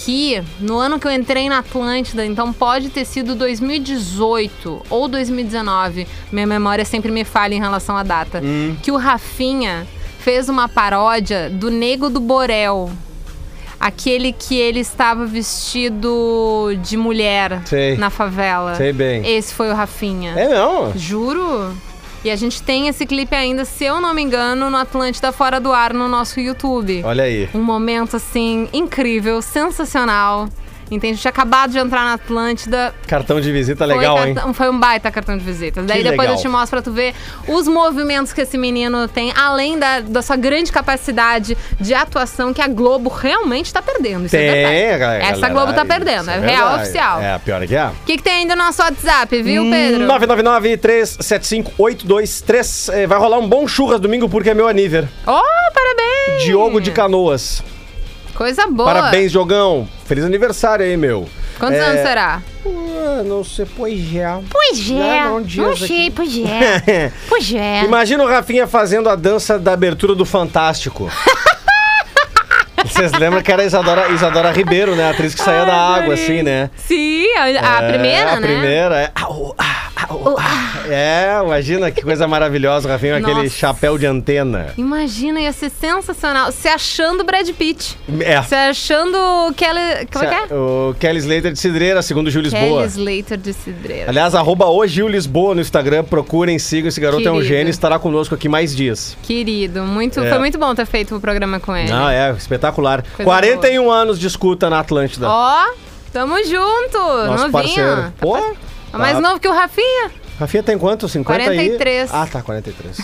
Que no ano que eu entrei na Atlântida, então pode ter sido 2018 ou 2019, minha memória sempre me falha em relação à data. Hum. Que o Rafinha fez uma paródia do Nego do Borel. Aquele que ele estava vestido de mulher Sei. na favela. Sei bem. Esse foi o Rafinha. É não. Juro? E a gente tem esse clipe ainda, se eu não me engano, no Atlântida Fora do Ar, no nosso YouTube. Olha aí. Um momento, assim, incrível, sensacional. Entende? Eu tinha acabado de entrar na Atlântida. Cartão de visita legal, foi, hein? cartão- foi um baita cartão de visitas. Daí depois legal. eu te mostro pra tu ver os movimentos que esse menino tem, além da, da sua grande capacidade de atuação que a Globo realmente tá perdendo. Isso Tem, é verdade. galera. Essa Globo tá isso perdendo, é, verdade. real oficial. O É, Hum, pior que é. que, que tem ainda no nosso WhatsApp, viu, Pedro? 999-375-823. É, vai rolar um bom churras domingo porque é meu aniver. Oh, parabéns! Diogo de Canoas. Coisa boa. Parabéns, Diogão. Feliz aniversário aí, meu. Quantos É, anos será? Ah, não sei, pois já. Pois é, Ah, não não, diz aqui. sei, pois é, pois é. Imagina o Rafinha fazendo a dança da abertura do Fantástico. Vocês lembram que era a Isadora, Isadora Ribeiro, né? A atriz que saiu da Ai, água, adorei. assim, né? Sim, a, a É, primeira, a né? primeira, é. Au, ah, au, ah. É, imagina que coisa maravilhosa, Rafinha, com aquele Nossa. chapéu de antena. Imagina, ia ser sensacional. Se achando Brad Pitt. É. Se achando Kelly. Como é que é? O Kelly Slater de Cidreira, segundo o Gil Lisboa. Kelly Slater de Cidreira. Aliás, arroba o Gil Lisboa no Instagram, procurem, sigam, esse garoto é um Querido. gênio, estará conosco aqui mais dias. Querido, muito, É. foi muito bom ter feito o programa com ele. Ah, é, né? espetacular. Coisa 41 anos de escuta na Atlântida. Ó, tamo junto, Nosso novinho. parceiro. Pô, É mais tá. novo que o Rafinha. Rafinha tem quanto? 50 43. Aí? Ah, tá, 43.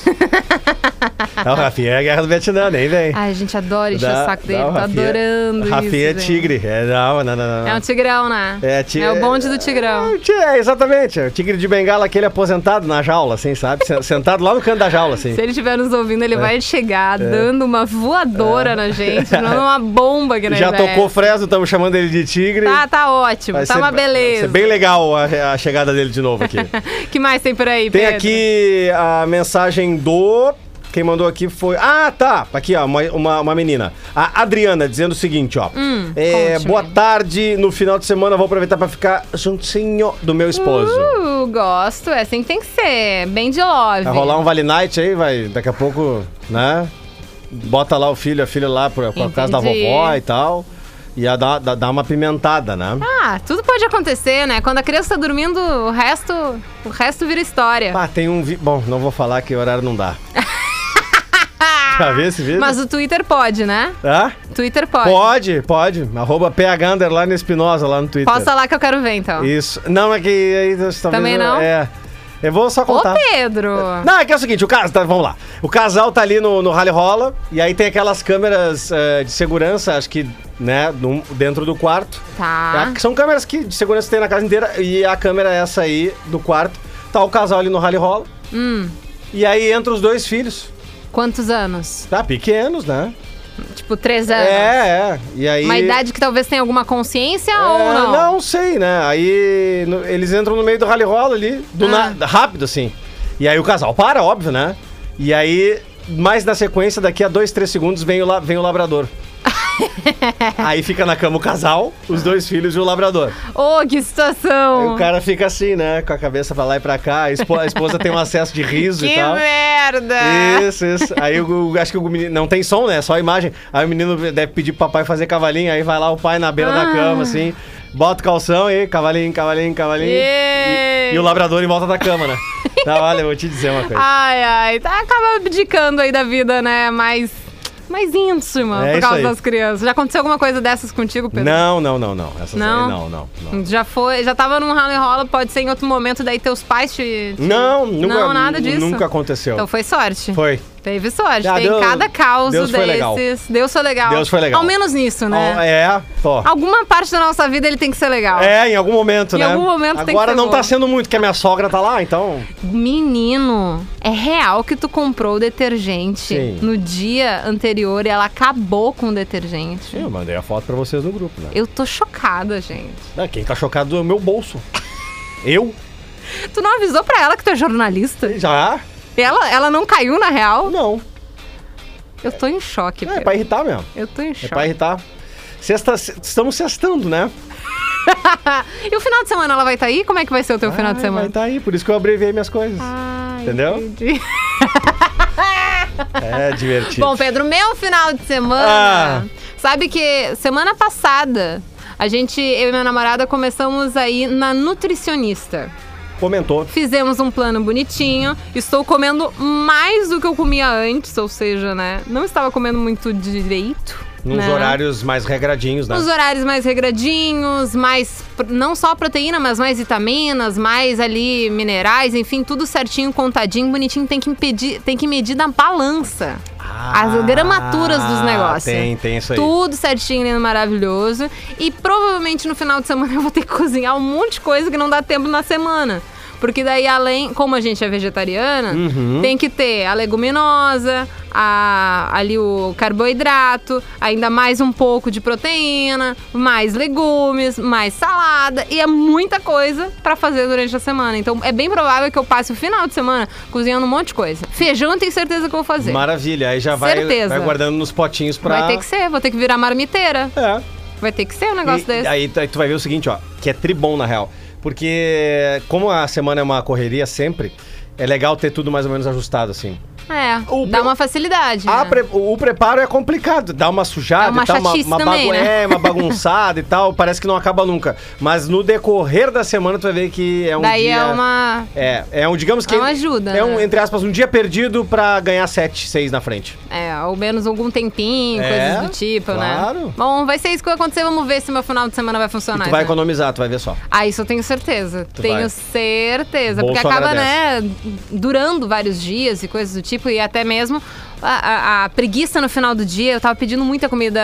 Não, Rafinha é a guerra do Vietnã, nem vem. Ai, a gente adora encher Dá- o saco dá dele, o tô Rafinha- adorando Rafinha é isso, gente. tigre. É, não, não, não, não. É um tigrão, né? É, ti- o bonde do tigrão. É, ti- É, exatamente. É O tigre de bengala, aquele aposentado na jaula, assim, sabe? Sen- Sentado lá no canto da jaula, assim. Se ele estiver nos ouvindo, ele vai chegar É. dando uma voadora na gente, dando uma bomba aqui na Já gente. tocou Fresno, estamos chamando ele de tigre. né, Tá, tá ótimo, Vai tá ser- uma beleza. vai ser bem legal a, a chegada dele de novo aqui. que mais tem por aí, Tem Pedro? aqui a mensagem do. Quem mandou aqui foi. Ah, tá! Aqui, ó, uma, uma, uma menina. A Adriana, dizendo o seguinte, ó. É, Hum, conte-me. boa tarde. No final de semana vou aproveitar pra ficar juntinho do meu esposo. Uh, gosto, é assim que tem que ser. Bem de love. Vai rolar um Vale Night aí, vai. Daqui a pouco, né? Bota lá o filho, a filha lá por, por causa da Entendi. vovó e tal. E ia dar, dar, dar uma pimentada, né? Ah, tudo pode acontecer, né? Quando a criança tá dormindo, o resto, o resto vira história. Ah, tem um. vi- Bom, não vou falar que horário não dá. Já viu esse vídeo? Mas o Twitter pode, né? Hã? Twitter pode. Pode, pode. Arroba PH Underline Espinosa lá no Twitter. Posta lá que eu quero ver, então. Isso. Não, é que aí talvez Também eu- não? É. Eu vou só Ô, contar. Pedro! Não, é que é o seguinte, o casal, tá, vamos lá. O casal tá ali no, no rally rola, e aí tem aquelas câmeras eh, de segurança, acho que, né, num- dentro do quarto. Tá. É, que São câmeras que de segurança tem na casa inteira, e a câmera é essa aí do quarto. Tá o casal ali no rally rola. Hum. E aí entra os dois filhos, Quantos anos? tá? Pequenos, né? Tipo, três anos. É, é. E aí. Uma idade que talvez tenha alguma consciência ou É, não? Não sei, né? Aí no- eles entram no meio do rally rola ali, do Ah. na- rápido assim. E aí o casal para, óbvio, né? E aí, mais na sequência, daqui a dois, três segundos, vem o, la- vem o labrador. aí fica na cama o casal, os dois filhos e o labrador. Ô, que Aí situação! o cara fica assim, né? Com a cabeça pra lá e pra cá. A, espo- a esposa tem um acesso de riso Que e tal. merda! Isso, isso. Aí o, o- acho que o menino. Não tem som, né? Só a imagem. Aí o menino deve pedir pro papai fazer cavalinho. Aí vai lá o pai na beira Ah. da cama, assim. Bota o calção e cavalinho, cavalinho, cavalinho. Ei. E, e o labrador em volta da cama, né? Não, olha, eu vou te dizer uma coisa. Ai, ai, tá, acaba abdicando aí da vida, né? Mais, mais íntima É por isso causa aí. das crianças. Já aconteceu alguma coisa dessas contigo, Pedro? Não, não, não, não. Essas Não? aí não, não, não. Já foi, já tava num ralo e rola, pode ser em outro momento, daí teus pais te. te- Não, nunca, Não, nada disso. nunca aconteceu. Então foi sorte. Foi. Teve sorte. Ah, Tem Deus- cada caos Deus desses. foi legal. Deus foi legal. Deus foi legal. Ao menos nisso, né? Ó, É, ó. Alguma parte da nossa vida ele tem que ser legal. É, em algum momento, Em né? algum momento tem que Agora ser não bom. tá sendo muito, que a minha sogra tá lá, então. Menino, é real que tu comprou o detergente Sim. no dia anterior e ela acabou com o detergente. Sim, eu mandei a foto pra vocês no grupo, né? Eu tô chocada, gente. Ah, Quem tá chocado é o meu bolso. Eu? Tu não avisou pra ela que tu é jornalista? Já? Ela, ela não caiu na real? Não. Eu tô em choque, É, Pedro. pra irritar mesmo. Eu tô em É choque. pra irritar. Sexta, se- estamos sextando, né? e o final de semana ela vai estar aí? Como é que vai ser o teu final de Ai, semana? Ah. vai tá aí, por isso que eu abreviei minhas coisas. Ai, Entendeu? entendi. É divertido. Bom, Pedro, meu final de semana. Ah. Sabe que semana passada a gente, eu e minha namorada, começamos aí na nutricionista. comentou. Fizemos um plano bonitinho. Estou comendo mais do que eu comia antes, ou seja, né? Não estava comendo muito direito. Nos né? horários mais regradinhos, né? Nos horários mais regradinhos, mais pr- não só proteína, mas mais vitaminas, mais ali minerais, enfim, tudo certinho, contadinho, bonitinho, tem que impedir, tem que medir na balança. As gramaturas dos negócios. Ah, Tem, tem isso aí. Tudo certinho, lindo, maravilhoso. E provavelmente no final de semana eu vou ter que cozinhar um monte de coisa que não dá tempo na semana. Porque daí, além, como a gente é vegetariana, tem que ter a leguminosa, a- ali o carboidrato, ainda mais um pouco de proteína, mais legumes, mais salada. E é muita coisa pra fazer durante a semana. Então é bem provável que eu passe o final de semana cozinhando um monte de coisa. Feijão eu tenho certeza que eu vou fazer. Maravilha. Aí já vai, Certeza. vai guardando nos potinhos pra. Vai ter que ser, vou ter que virar marmiteira. É. Vai ter que ser um negócio E- desse. Aí, tu- aí tu vai ver o seguinte, ó, que é tribom na real. Porque como a semana é uma correria sempre, é legal ter tudo mais ou menos ajustado, assim. é, o dá meu- uma facilidade. Ah, né? pre- o o preparo é complicado, dá uma sujada É uma e tal, uma, chatice uma, também, bagu- né? é, uma bagunçada e tal, parece que não acaba nunca. Mas no decorrer da semana tu vai ver que é um Daí dia... é uma. É, é um, digamos que... É uma ajuda, É um, né? entre aspas, um dia perdido pra ganhar sete, seis na frente. É, ao menos algum tempinho, É, coisas do tipo, claro. né? Bom, vai ser isso que vai acontecer. Vamos ver se meu final de semana vai funcionar. tu vai né? economizar, tu vai ver só. Ah, isso eu tenho certeza. Tu tenho vai. certeza. Bolso porque acaba, agradece. né, durando vários dias e coisas do tipo. E até mesmo a, a- a preguiça no final do dia. Eu tava pedindo muita comida,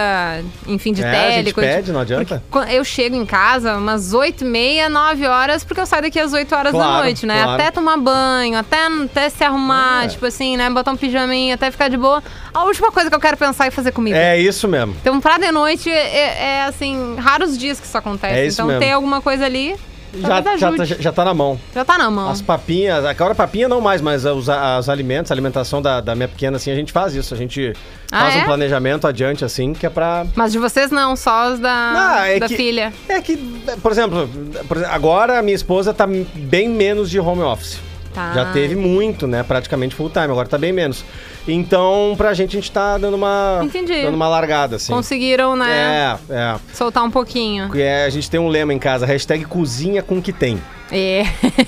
enfim, de É, a tele. gente coisa de- pede, não adianta. Porque quan- eu chego em casa umas 8 e meia, 9 horas, porque eu saio daqui às 8 horas da Claro, noite, né? claro. É. Até tomar banho, até, até se arrumar, tipo assim, né? Botar um pijaminha, até ficar de boa. A última coisa que eu quero pensar é fazer comida. É isso mesmo. Então, pra de noite, é, é, assim, raros dias que isso acontece. É isso então, mesmo. tem alguma coisa ali, Já, talvez já, tá- ajude. já, já tá na mão. Já tá na mão. As papinhas, agora papinha não mais, mas os, as alimentos, a alimentação da, da minha pequena, assim, a gente faz isso. A gente Ah, faz um é? planejamento adiante, assim, que é pra. Mas de vocês não, só os da, Ah, é da que- filha. É que, por exemplo, por exemplo, agora a minha esposa tá bem menos de home office. Tá. Já teve muito, né? Praticamente full time, agora tá bem menos. Então, pra gente, a gente tá dando uma. Entendi. Dando uma largada, assim. Conseguiram, né? É, é. Soltar um pouquinho. Porque é, A gente tem um lema em casa, hashtag cozinha com o que tem. É.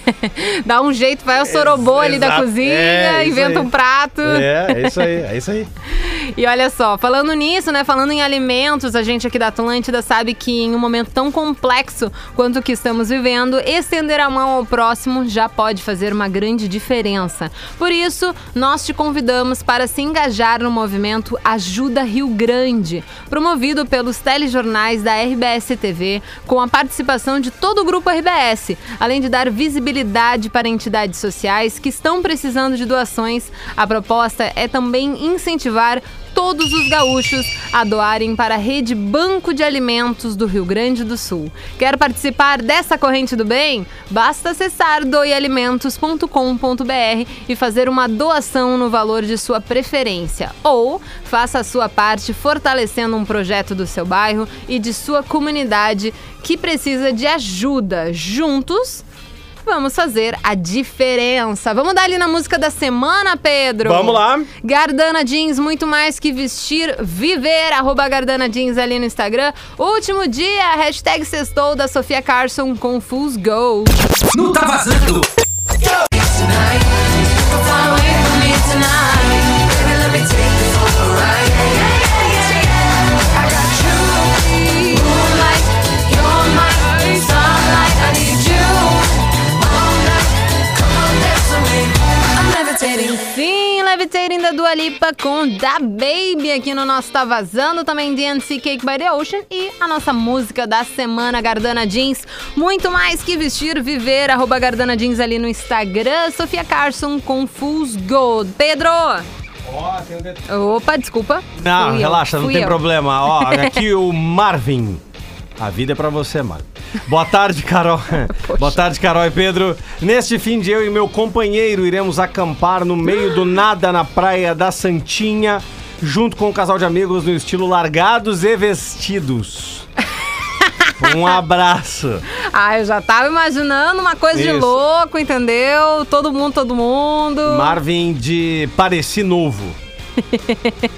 Dá um jeito, vai ao sorobô ali da exato. cozinha, É, isso inventa aí. um prato. É, é isso aí, é isso aí. E olha só, falando nisso, né? Falando em alimentos, a gente aqui da Atlântida sabe que em um momento tão complexo quanto o que estamos vivendo, estender a mão ao próximo já pode fazer uma grande diferença. Por isso, nós te convidamos para se engajar no movimento Ajuda Rio Grande, promovido pelos telejornais da RBS TV, com a participação de todo o grupo RBS, além de dar visibilidade para entidades sociais que estão precisando de doações. A proposta é também incentivar todos os gaúchos a doarem para a rede Banco de Alimentos do Rio Grande do Sul. Quer participar dessa corrente do bem? Basta acessar doialimentos.com.br e fazer uma doação no valor de sua preferência. Ou faça a sua parte fortalecendo um projeto do seu bairro e de sua comunidade que precisa de ajuda. Juntos, vamos fazer a diferença. Vamos dar ali na música da semana, Pedro? Vamos lá. Gardana Jeans, muito mais que vestir, viver. Arroba Gardana Jeans ali no Instagram. Último dia, hashtag sextou da Sofia Carson com Fools Go. Não tá vazando. Sim, Levitating da Dua Lipa com Da Baby aqui no nosso Tá Vazando. Também DNC Cake by the Ocean e a nossa música da semana, Gardana Jeans. Muito mais que vestir, viver. Arroba Gardana Jeans ali no Instagram. Sofia Carson com Fools Go. Pedro! Ó, tem um detalhe. Opa, desculpa. Não, Fui eu, relaxa, não fui tem eu. problema. Ó, aqui o Marvin. A vida é pra você, mano. Boa tarde, Carol. Boa tarde, Carol e Pedro. Neste fim de eu e meu companheiro iremos acampar no meio do nada na praia da Santinha, junto com um casal de amigos no estilo largados e vestidos. Um abraço. Ah, eu já tava imaginando uma coisa de Isso. louco, entendeu? Todo mundo, todo mundo. Marvin de Pareci Novo.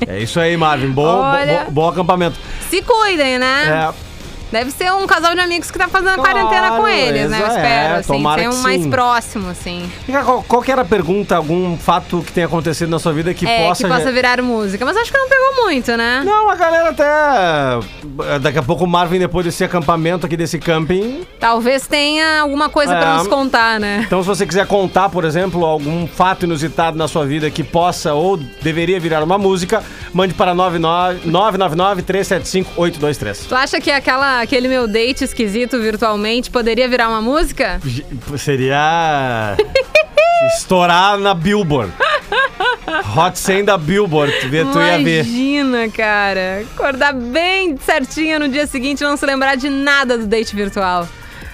É isso aí, Marvin. Bom, Olha. bom, bom acampamento. Se cuidem, né? É. Deve ser um casal de amigos que tá fazendo a quarentena Claro, com eles, né? Eu exa- espero, é, assim, tomara ser que um mais sim. próximo, assim. Qual, qual que era a pergunta, algum fato que tenha acontecido na sua vida que é, possa... que possa virar música. Mas acho que não pegou muito, né? Não, a galera até... eh, Daqui a pouco o Marvin, depois desse acampamento aqui, desse camping... Talvez tenha alguma coisa pra É. nos contar, né? Então se você quiser contar, por exemplo, algum fato inusitado na sua vida que possa ou deveria virar uma música, mande para 999-375-823. Tu acha que aquela, aquele meu date esquisito virtualmente poderia virar uma música? Seria... Estourar na Billboard. Hot 100 da Billboard, tu, vê- tu ia ver. Imagina, cara. Acordar bem certinha no dia seguinte e não se lembrar de nada do date virtual.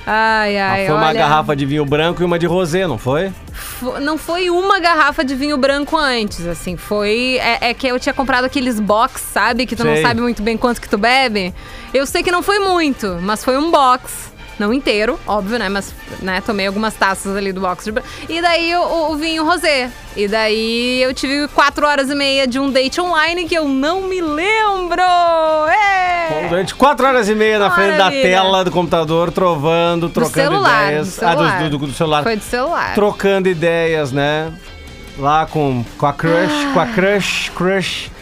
Ai, Ah, ai, foi uma olha, garrafa de vinho branco e uma de rosé, não foi? fo- Não foi uma garrafa de vinho branco antes, assim. Foi. É, é que eu tinha comprado aqueles box, sabe? Que tu não Sei. sabe muito bem quanto que tu bebe. Eu sei que não foi muito, mas foi um box. Não inteiro, óbvio, né? Mas, né, tomei algumas taças ali do box de bran- E daí o, o vinho rosé. E daí eu tive quatro horas e meia de um date online que eu não me lembro! Bom, É! Durante quatro horas e meia na frente da Maravilha. tela do computador, trovando, trocando celular, ideias. do celular. Ah, do, do- do celular. Foi do celular. Trocando ideias, né? Lá com, com a crush, Ah. com a crush, crush.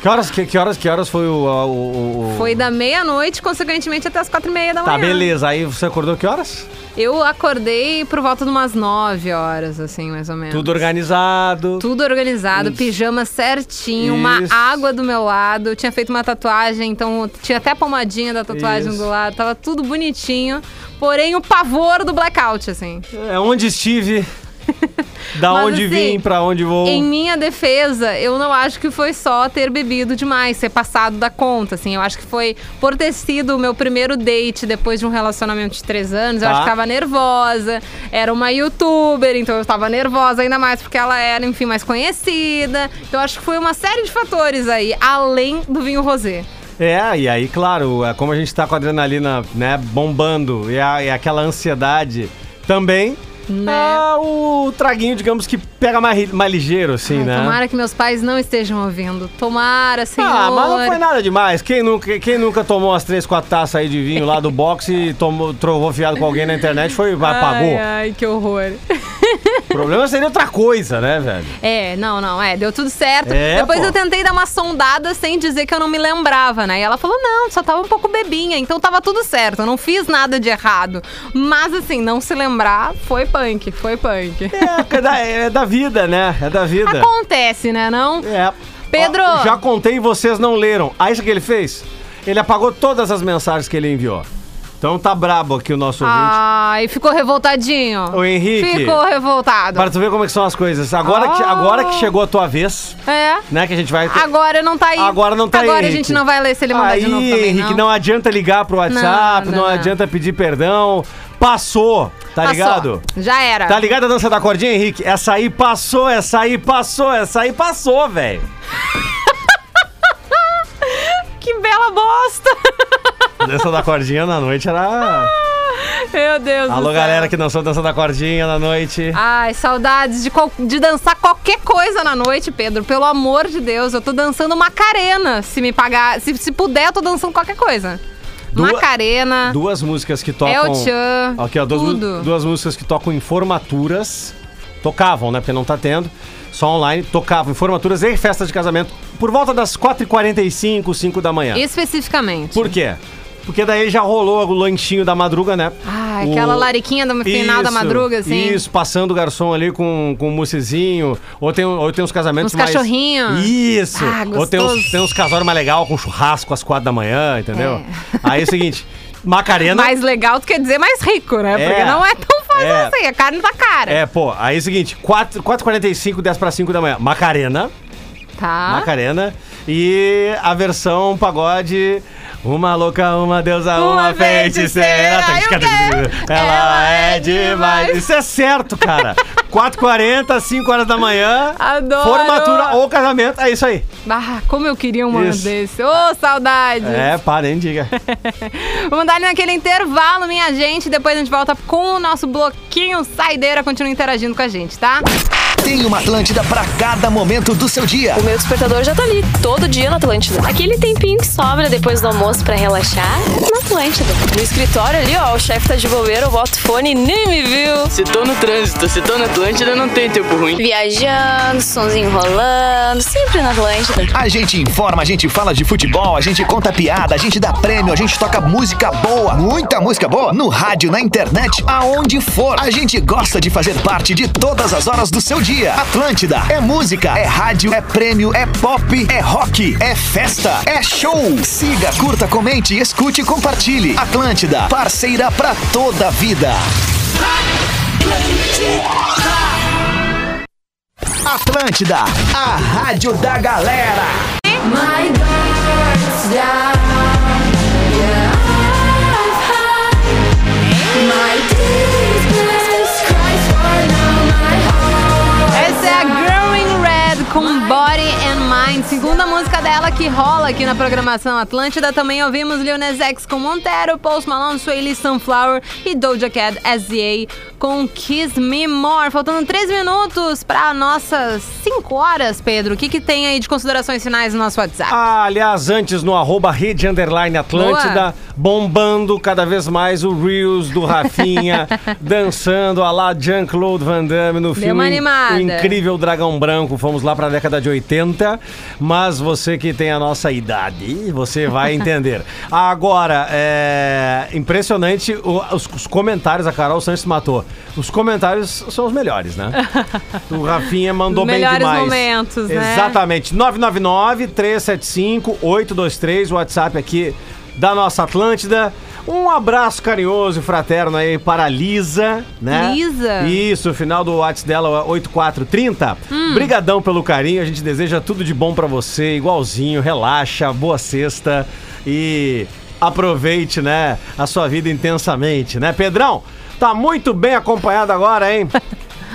Que horas, que, que horas, que horas foi o... a- o- o- Foi da meia-noite, consequentemente, até as quatro e meia da Tá, manhã. beleza. Aí você acordou que horas? Eu acordei por volta de umas 9 horas, assim, mais ou menos. Tudo organizado. Tudo organizado, pijama certinho, uma Isso. água do meu lado. Eu tinha feito uma tatuagem, então tinha até a pomadinha da tatuagem Isso. do lado. Tava tudo bonitinho. Porém, o pavor do blackout, assim. É onde estive, da Mas onde assim, vim, pra onde vou. Em minha defesa, eu não acho que foi só ter bebido demais, ter passado da conta, assim. Eu acho que foi por ter sido o meu primeiro date depois de um relacionamento de três anos. Eu Tá. acho que tava nervosa, era uma youtuber, então eu tava nervosa ainda mais porque ela era, enfim, mais conhecida. Então eu acho que foi uma série de fatores aí, além do vinho rosé. É, e aí, claro, é como a gente tá com a adrenalina, né, bombando e, a- e aquela ansiedade também. Né? Ah, o traguinho, digamos que pega mais, ri- mais ligeiro, assim, Ai, né? Tomara que meus pais não estejam ouvindo. Tomara, senhor. Ah, mas não foi nada demais. Quem nunca, quem nunca tomou as três, quatro taças aí de vinho lá do boxe e tomou, trovou fiado com alguém na internet, foi, apagou. Ai, ai, que horror. O problema seria outra coisa, né, velho? É, não, não, é, deu tudo certo. É, Depois pô. eu tentei dar uma sondada sem dizer que eu não me lembrava, né? E ela falou: não, só tava um pouco bebinha, então tava tudo certo, eu não fiz nada de errado. Mas assim, não se lembrar foi punk, foi punk. É, é da, é da vida, né? É da vida. Acontece, né, não? É. Pedro! Ó, Já contei e vocês não leram. Aí sabe o que ele fez? Ele apagou todas as mensagens que ele enviou. Então tá brabo aqui o nosso Ah. ouvinte. Ai, ficou revoltadinho. Ô, Henrique. Ficou revoltado. Para tu ver como é que são as coisas. Agora, que, Ah. agora que chegou a tua vez, É. né? Que a gente vai. Agora não tá aí. Agora não tá aí, Agora a gente Henrique. não vai ler se ele mandar Aí, de novo também, Henrique, não. adianta ligar pro WhatsApp, Não, não, não, não. adianta pedir perdão. Passou, tá Passou. ligado? Já era. Tá ligado a dança da cordinha, Henrique? Essa aí passou, essa aí passou, essa aí passou, velho. Que bela bosta. A dança da cordinha na noite era. Meu Deus do Alô, céu. galera que dançou dança da cordinha na noite. Ai, saudades de, qual- de dançar qualquer coisa na noite, Pedro. Pelo amor de Deus, eu tô dançando Macarena. Se me pagar, se, se puder, eu tô dançando qualquer coisa. Duas- Macarena. Duas músicas que tocam. El Chan, Aqui, ó, duas, mu- tudo. duas músicas que tocam em formaturas. Tocavam, né? Porque não tá tendo. Só online. Tocavam em formaturas e festas de casamento por volta das 4h45, 5 da manhã. Especificamente. Por quê? Porque daí já rolou o lanchinho da madruga, né? Ai, Ah, aquela O- lariquinha do final da Isso, madruga, assim. Isso, passando o garçom ali com, com um mocezinho. Ou tem, ou tem uns casamentos Uns mais... cachorrinho. Isso. Ah, ou tem gostoso. uns, tem uns casórios mais legal com churrasco às quatro da manhã, entendeu? É. Aí é o seguinte, Macarena... Mais legal, tu quer dizer mais rico, né? É. Porque não é tão fácil É. assim, é carne da cara. É, pô, aí é o seguinte, 4, 4h45, 10 para 5 da manhã, Macarena, Ah? Tá. Macarena, e a versão pagode, uma louca, uma deusa, uma, Uma feiticeira, feiticeira, eu quero. ela é demais. demais. Isso é certo, cara. 4h40, 5 horas da manhã, Adoro. formatura ou casamento, é isso aí. Ah, como eu queria um ano Isso. desse. Ô, saudade. É, para, nem diga. Vamos dar ali naquele intervalo, minha gente. Depois a gente volta com o nosso bloquinho saideira. Continua interagindo com a gente, tá? Tem uma Atlântida pra cada momento do seu dia. O meu despertador já tá ali, todo dia na Atlântida. Aquele tempinho que sobra depois do almoço pra relaxar, não Atlântida. No escritório ali, ó, o chefe tá de bobeira, eu boto fone e nem me viu. Se tô no trânsito, se tô na Atlântida, não tem tempo ruim. Viajando, sonzinho rolando, sempre na Atlântida. A gente informa, a gente fala de futebol, a gente conta piada, a gente dá prêmio, a gente toca música boa, muita música boa, no rádio, na internet, aonde for. A gente gosta de fazer parte de todas as horas do seu dia. Atlântida é música, é rádio, é prêmio, é pop, é rock, é festa, é show. Siga, curta, comente, escute e compartilhe. Atlântida, parceira pra toda a vida. Atlântida, a rádio da galera. Essa é a Growing Red com Body and Mind, segunda música dela que rola aqui na programação Atlântida. Também ouvimos Lil Nas X com Montero, Post Malone, Sueli Sunflower e Doja Cat S.A. com Kiss Me More. Faltando três minutos para nossas cinco horas, Pedro. O que, que tem aí de considerações finais no nosso WhatsApp? Ah, aliás, antes no arroba rede underline Atlântida, Boa. bombando cada vez mais o Reels do Rafinha, dançando a lá Jean-Claude Van Damme no filme. uma animada. O incrível Dragão Branco. Fomos lá pra década de 80, mas você que tem a nossa idade, você vai entender. Agora, é impressionante o- os, os comentários, a Carol Santos matou. Os comentários são os melhores, né? O Rafinha mandou bem Melhores demais. momentos, né? Exatamente. Exatamente. 999-375-823, o WhatsApp aqui da nossa Atlântida. Um abraço carinhoso e fraterno aí para a Lisa, né? Lisa? Isso, o final do WhatsApp dela é 8430. Brigadão pelo carinho, a gente deseja tudo de bom pra você, igualzinho, relaxa, boa sexta e aproveite, né, a sua vida intensamente, né? Pedrão, tá muito bem acompanhado agora, hein?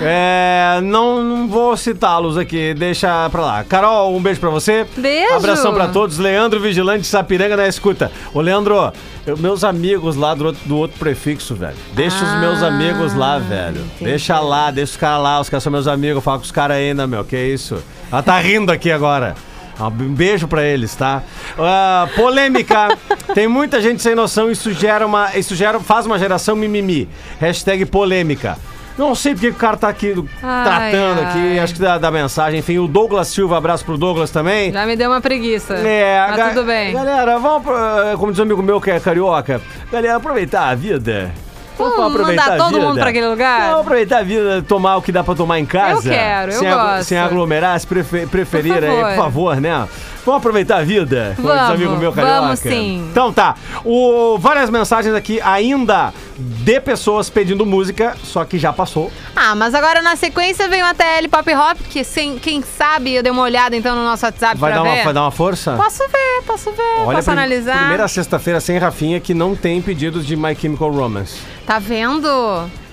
É, não, não vou citá-los aqui, deixa pra lá. Carol, um beijo pra você. Beijo. Abração pra todos. Leandro Vigilante de Sapiranga na escuta. Ô, Leandro, eu- meus amigos lá do outro, do outro prefixo, velho. Deixa os meus Ah, amigos lá, velho. Deixa lá, deixa os caras lá. Os caras são meus amigos. Fala com os caras ainda, meu. Que isso? Ela tá rindo aqui agora. Um beijo pra eles, tá? Ah, polêmica. Tem muita gente sem noção, isso gera uma. Isso gera, faz uma geração mimimi. Hashtag polêmica. Não sei porque o cara tá aqui do- Ai, tratando aqui, ai. acho que da, da mensagem. Enfim, o Douglas Silva, abraço pro Douglas também. Já me deu uma preguiça. É, Mas ga- Tá tudo bem. Galera, vamos, pro- eh, como diz um amigo meu que é carioca, galera, aproveitar a vida. Vamos mandar todo mundo pra aquele lugar? Vamos aproveitar a vida, tomar o que dá pra tomar em casa. quero, eu sem aglo- gosto. Sem aglomerar, se prefe- preferir Por aí, favor. por favor, né? Vamos aproveitar a vida, como diz um Vamos, amigo meu carioca. vamos sim. Então tá, o, várias mensagens aqui ainda de pessoas pedindo música, só que já passou. Ah, mas agora na sequência vem o ATL Pop Hop, que sem, quem sabe eu dei uma olhada então no nosso WhatsApp Vai pra dar, uma, ver. vai dar uma força? Posso ver, posso ver, Olha, posso prim- analisar. primeira sexta-feira sem Rafinha que não tem pedidos de My Chemical Romance. Tá vendo?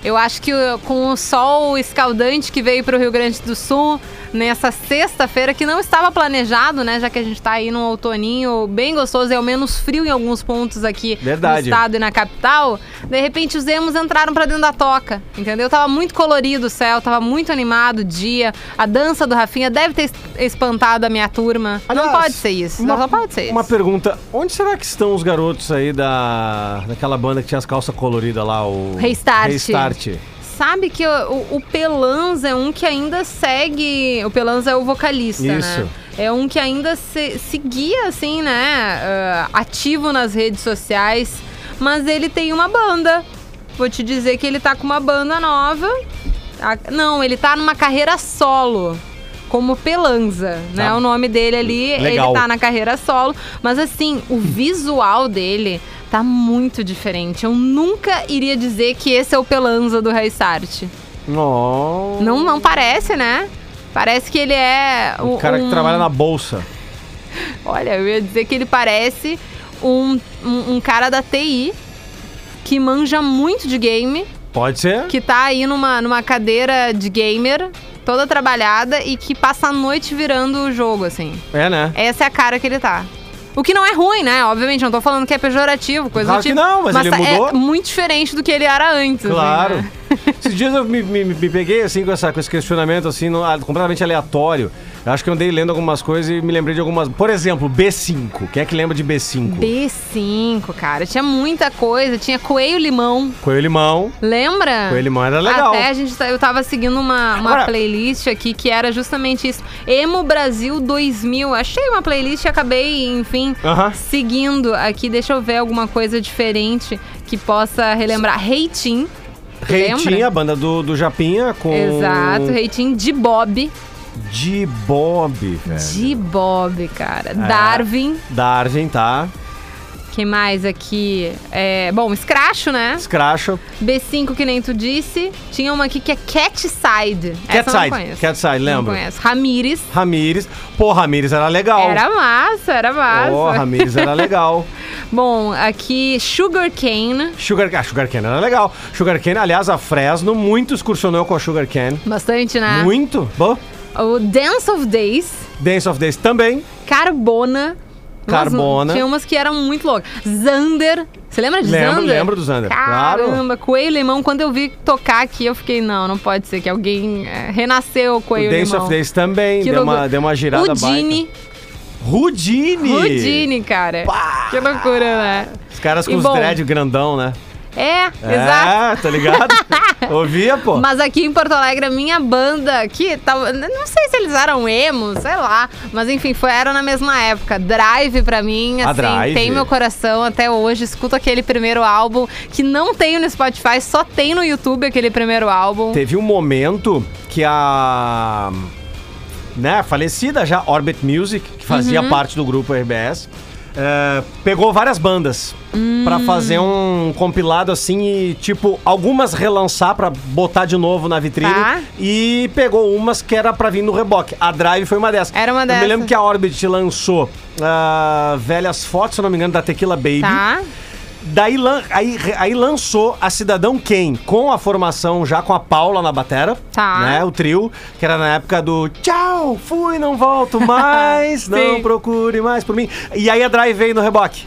Eu acho que uh, com o sol escaldante que veio pro Rio Grande do Sul nessa sexta-feira, que não estava planejado, né? Já que a gente tá aí num outoninho bem gostoso, é o menos frio em alguns pontos aqui Verdade. no estado e na capital. De repente os emos entraram pra dentro da toca, entendeu? Tava muito colorido o céu, tava muito animado o dia. A dança do Rafinha deve ter es- espantado a minha turma. não Aliás, pode ser isso, uma- não pode ser isso. Uma pergunta, onde será que estão os garotos aí da daquela banda que tinha as calças coloridas lá, o Restart. Restart. Sabe que o, o- o Pelanza é um que ainda segue. O Pelanza é o vocalista, Isso. né? É um que ainda se, seguia, assim, né? ah, ativo nas redes sociais. Mas ele tem uma banda. Vou te dizer que ele tá com uma banda nova. A- não, ele tá numa carreira solo. Como Pelanza, né? Ah, O nome dele ali, legal. ele tá na carreira solo. Mas assim, o visual dele tá muito diferente. Eu nunca iria dizer que esse é o Pelanza do Restart. Oh. Não, não parece, né? Parece que ele é. O um- cara que um- trabalha na bolsa. Olha, eu ia dizer que ele parece um, um, um cara da TI que manja muito de game, Pode ser? que tá aí numa, numa cadeira de gamer, toda trabalhada, e que passa a noite virando o jogo, assim. É, né? Essa é a cara que ele tá. O que não é ruim, né? Obviamente, não tô falando que é pejorativo, coisa Claro do que tipo. não, mas ele tá- mudou. É muito diferente do que ele era antes. assim, Claro. né? Esses dias eu me, me- me peguei assim com, essa, com esse questionamento assim, no- ah, completamente aleatório. Eu acho que eu andei lendo algumas coisas e me lembrei de algumas. Por exemplo, B5. Quem é que lembra de B5? B5, cara. Tinha muita coisa. Tinha coelho limão. Coelho limão. Lembra? Coelho limão era legal. Até a gente, tá- eu tava seguindo uma, uma Agora- playlist aqui que era justamente isso. Emo Brasil 2000. Achei uma playlist e acabei, enfim, Aham. seguindo aqui. Deixa eu ver alguma coisa diferente que possa relembrar. Reitinho. Reitinho, a lembra? banda do, do Japinha com. Exato, Reitinho de Bob. De Bob, velho. De Bob, cara. É. Darwin. Darwin, tá? Quem mais aqui? É, bom, Scratch, né? Scratcho. B5, que nem tu disse. Tinha uma aqui que é Catside. Essa eu não Catside. conheço. Catside, Não lembra? conheço. Ramires. Ramires. Pô, Ramires era legal. Era massa, era massa. Pô, Ramires era legal. Bom, aqui Sugar Cane. Sugar, ah, Sugar Cane era legal. Sugar Cane, aliás, a Fresno muito excursionou com a Sugar Cane. Bastante, né? Muito. Bom, O Dance of Days. Dance of Days também. Carbona. Umas- Carbona. tinha umas que eram muito loucas. Zander. Você lembra de Lembro, Zander? lembro do Zander, claro. Caramba, Coelho Limão. Quando eu vi tocar aqui, eu fiquei, não, não pode ser que alguém é, renasceu o Coelho o Dance Limão. of Days também. Que Deu uma, loucura. deu uma girada Houdini. baita. Rudine. Houdini, cara. Que loucura, né? Os caras com E os bom. dread grandão, né? É, exato. É, tá ligado? Ouvia, pô. Mas aqui em Porto Alegre, a minha banda, que tal, não sei se eles eram emo, sei lá, mas enfim, foi, era na mesma época. Drive pra mim, A assim, Drive. tem meu coração até hoje. Escuto aquele primeiro álbum que não tem no Spotify, só tem no YouTube aquele primeiro álbum. Teve um momento que a. Né, falecida já, Orbit Music, que fazia Uhum. parte do grupo RBS, é, pegou várias bandas pra Hum. fazer um compilado assim e, tipo, algumas relançar pra botar de novo na vitrine. Tá. E pegou umas que era pra vir no reboque. A Drive foi uma dessas. Era uma Eu me dessas. lembro que a Orbit lançou ah, Velhas Fotos, se eu não me engano, da Tequila Baby. Tá? Daí lan- aí, aí lançou a Cidadão Quem, com a formação já com a Paula na batera, Tá. né? O trio, que era na época do tchau, fui, não volto mais, não Sim. procure mais por mim. E aí a Drive veio no reboque.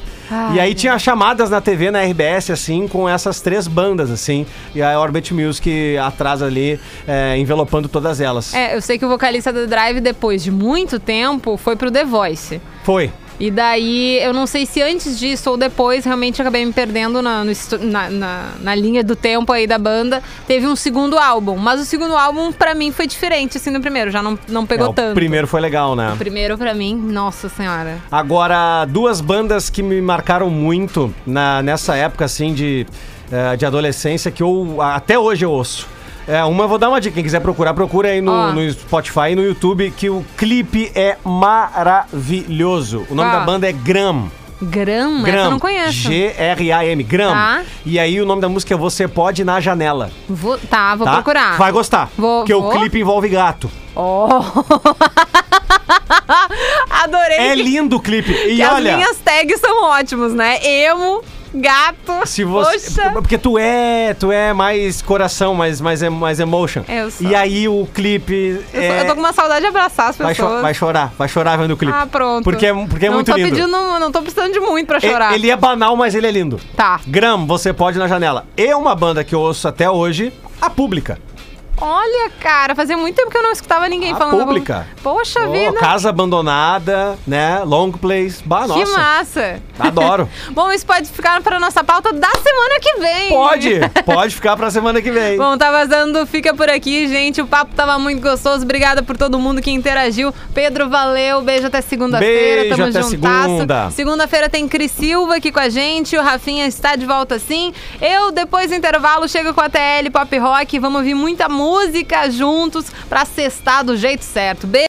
e aí tinha chamadas na TV, na RBS, assim, com essas três bandas, assim. E a Orbit Music atrás ali, é, envelopando todas elas. É, eu sei que o vocalista da Drive, depois de muito tempo, foi pro The Voice. Foi. E daí, eu não sei se antes disso ou depois, realmente acabei me perdendo na, no estu- na, na- na linha do tempo aí da banda. Teve um segundo álbum, mas o segundo álbum pra mim foi diferente assim do primeiro, já não, não pegou É, o tanto. primeiro foi legal, né? O primeiro pra mim, nossa senhora. Agora, duas bandas que me marcaram muito na, nessa época, assim, de, eh, de adolescência, que eu até hoje eu ouço. É, uma, eu vou dar uma dica, quem quiser procurar, procura aí no, Ó. no Spotify e no YouTube, que o clipe é maravilhoso. O nome Qual? da banda é Gram. Grama? Ah. Hum, Essa eu não conheço. G-R-A-M, Gram. Tá. E aí o nome da música é Você Pode Na Janela. Vou- tá, vou tá? procurar. Vai gostar. Vou- porque vou. o clipe envolve gato. Oh. Adorei. É que- lindo o clipe. E que olha. as minhas tags são ótimas, né? Emo, gato. Se você, Poxa. porque tu é, tu é mais coração, mais mais em- mais emotion. Eu sou. E aí o clipe Eu, é- sou- eu tô com uma saudade de abraçar as vai, pessoas. cho- vai chorar, vai chorar vendo o clipe. Ah, pronto. Porque é, porque é não muito tô lindo. Pedindo, não tô precisando de muito pra E- chorar. Ele é banal, mas ele é lindo. Tá. Gram, você pode na janela. É uma banda que eu ouço até hoje, a Pública. Olha, cara, fazia muito tempo que eu não escutava ninguém A falando. Ah, pública. algum- Poxa Ô, vida. casa abandonada, né? Long place. Bah, Que nossa. massa. Adoro. Bom, isso pode ficar pra nossa pauta da semana que vem. Pode, pode ficar pra semana que vem. Bom, tá vazando, fica por aqui, gente. O papo tava muito gostoso. Obrigada por todo mundo que interagiu. Pedro, valeu. Beijo até segunda-feira. Beijo, Tamo até juntasso. segunda. Segunda-feira tem Cris Silva aqui com a gente. O Rafinha está de volta sim. Eu, depois do intervalo, chego com a TL Pop Rock. Vamos ouvir muita música juntos pra cestar do jeito certo. Beijo.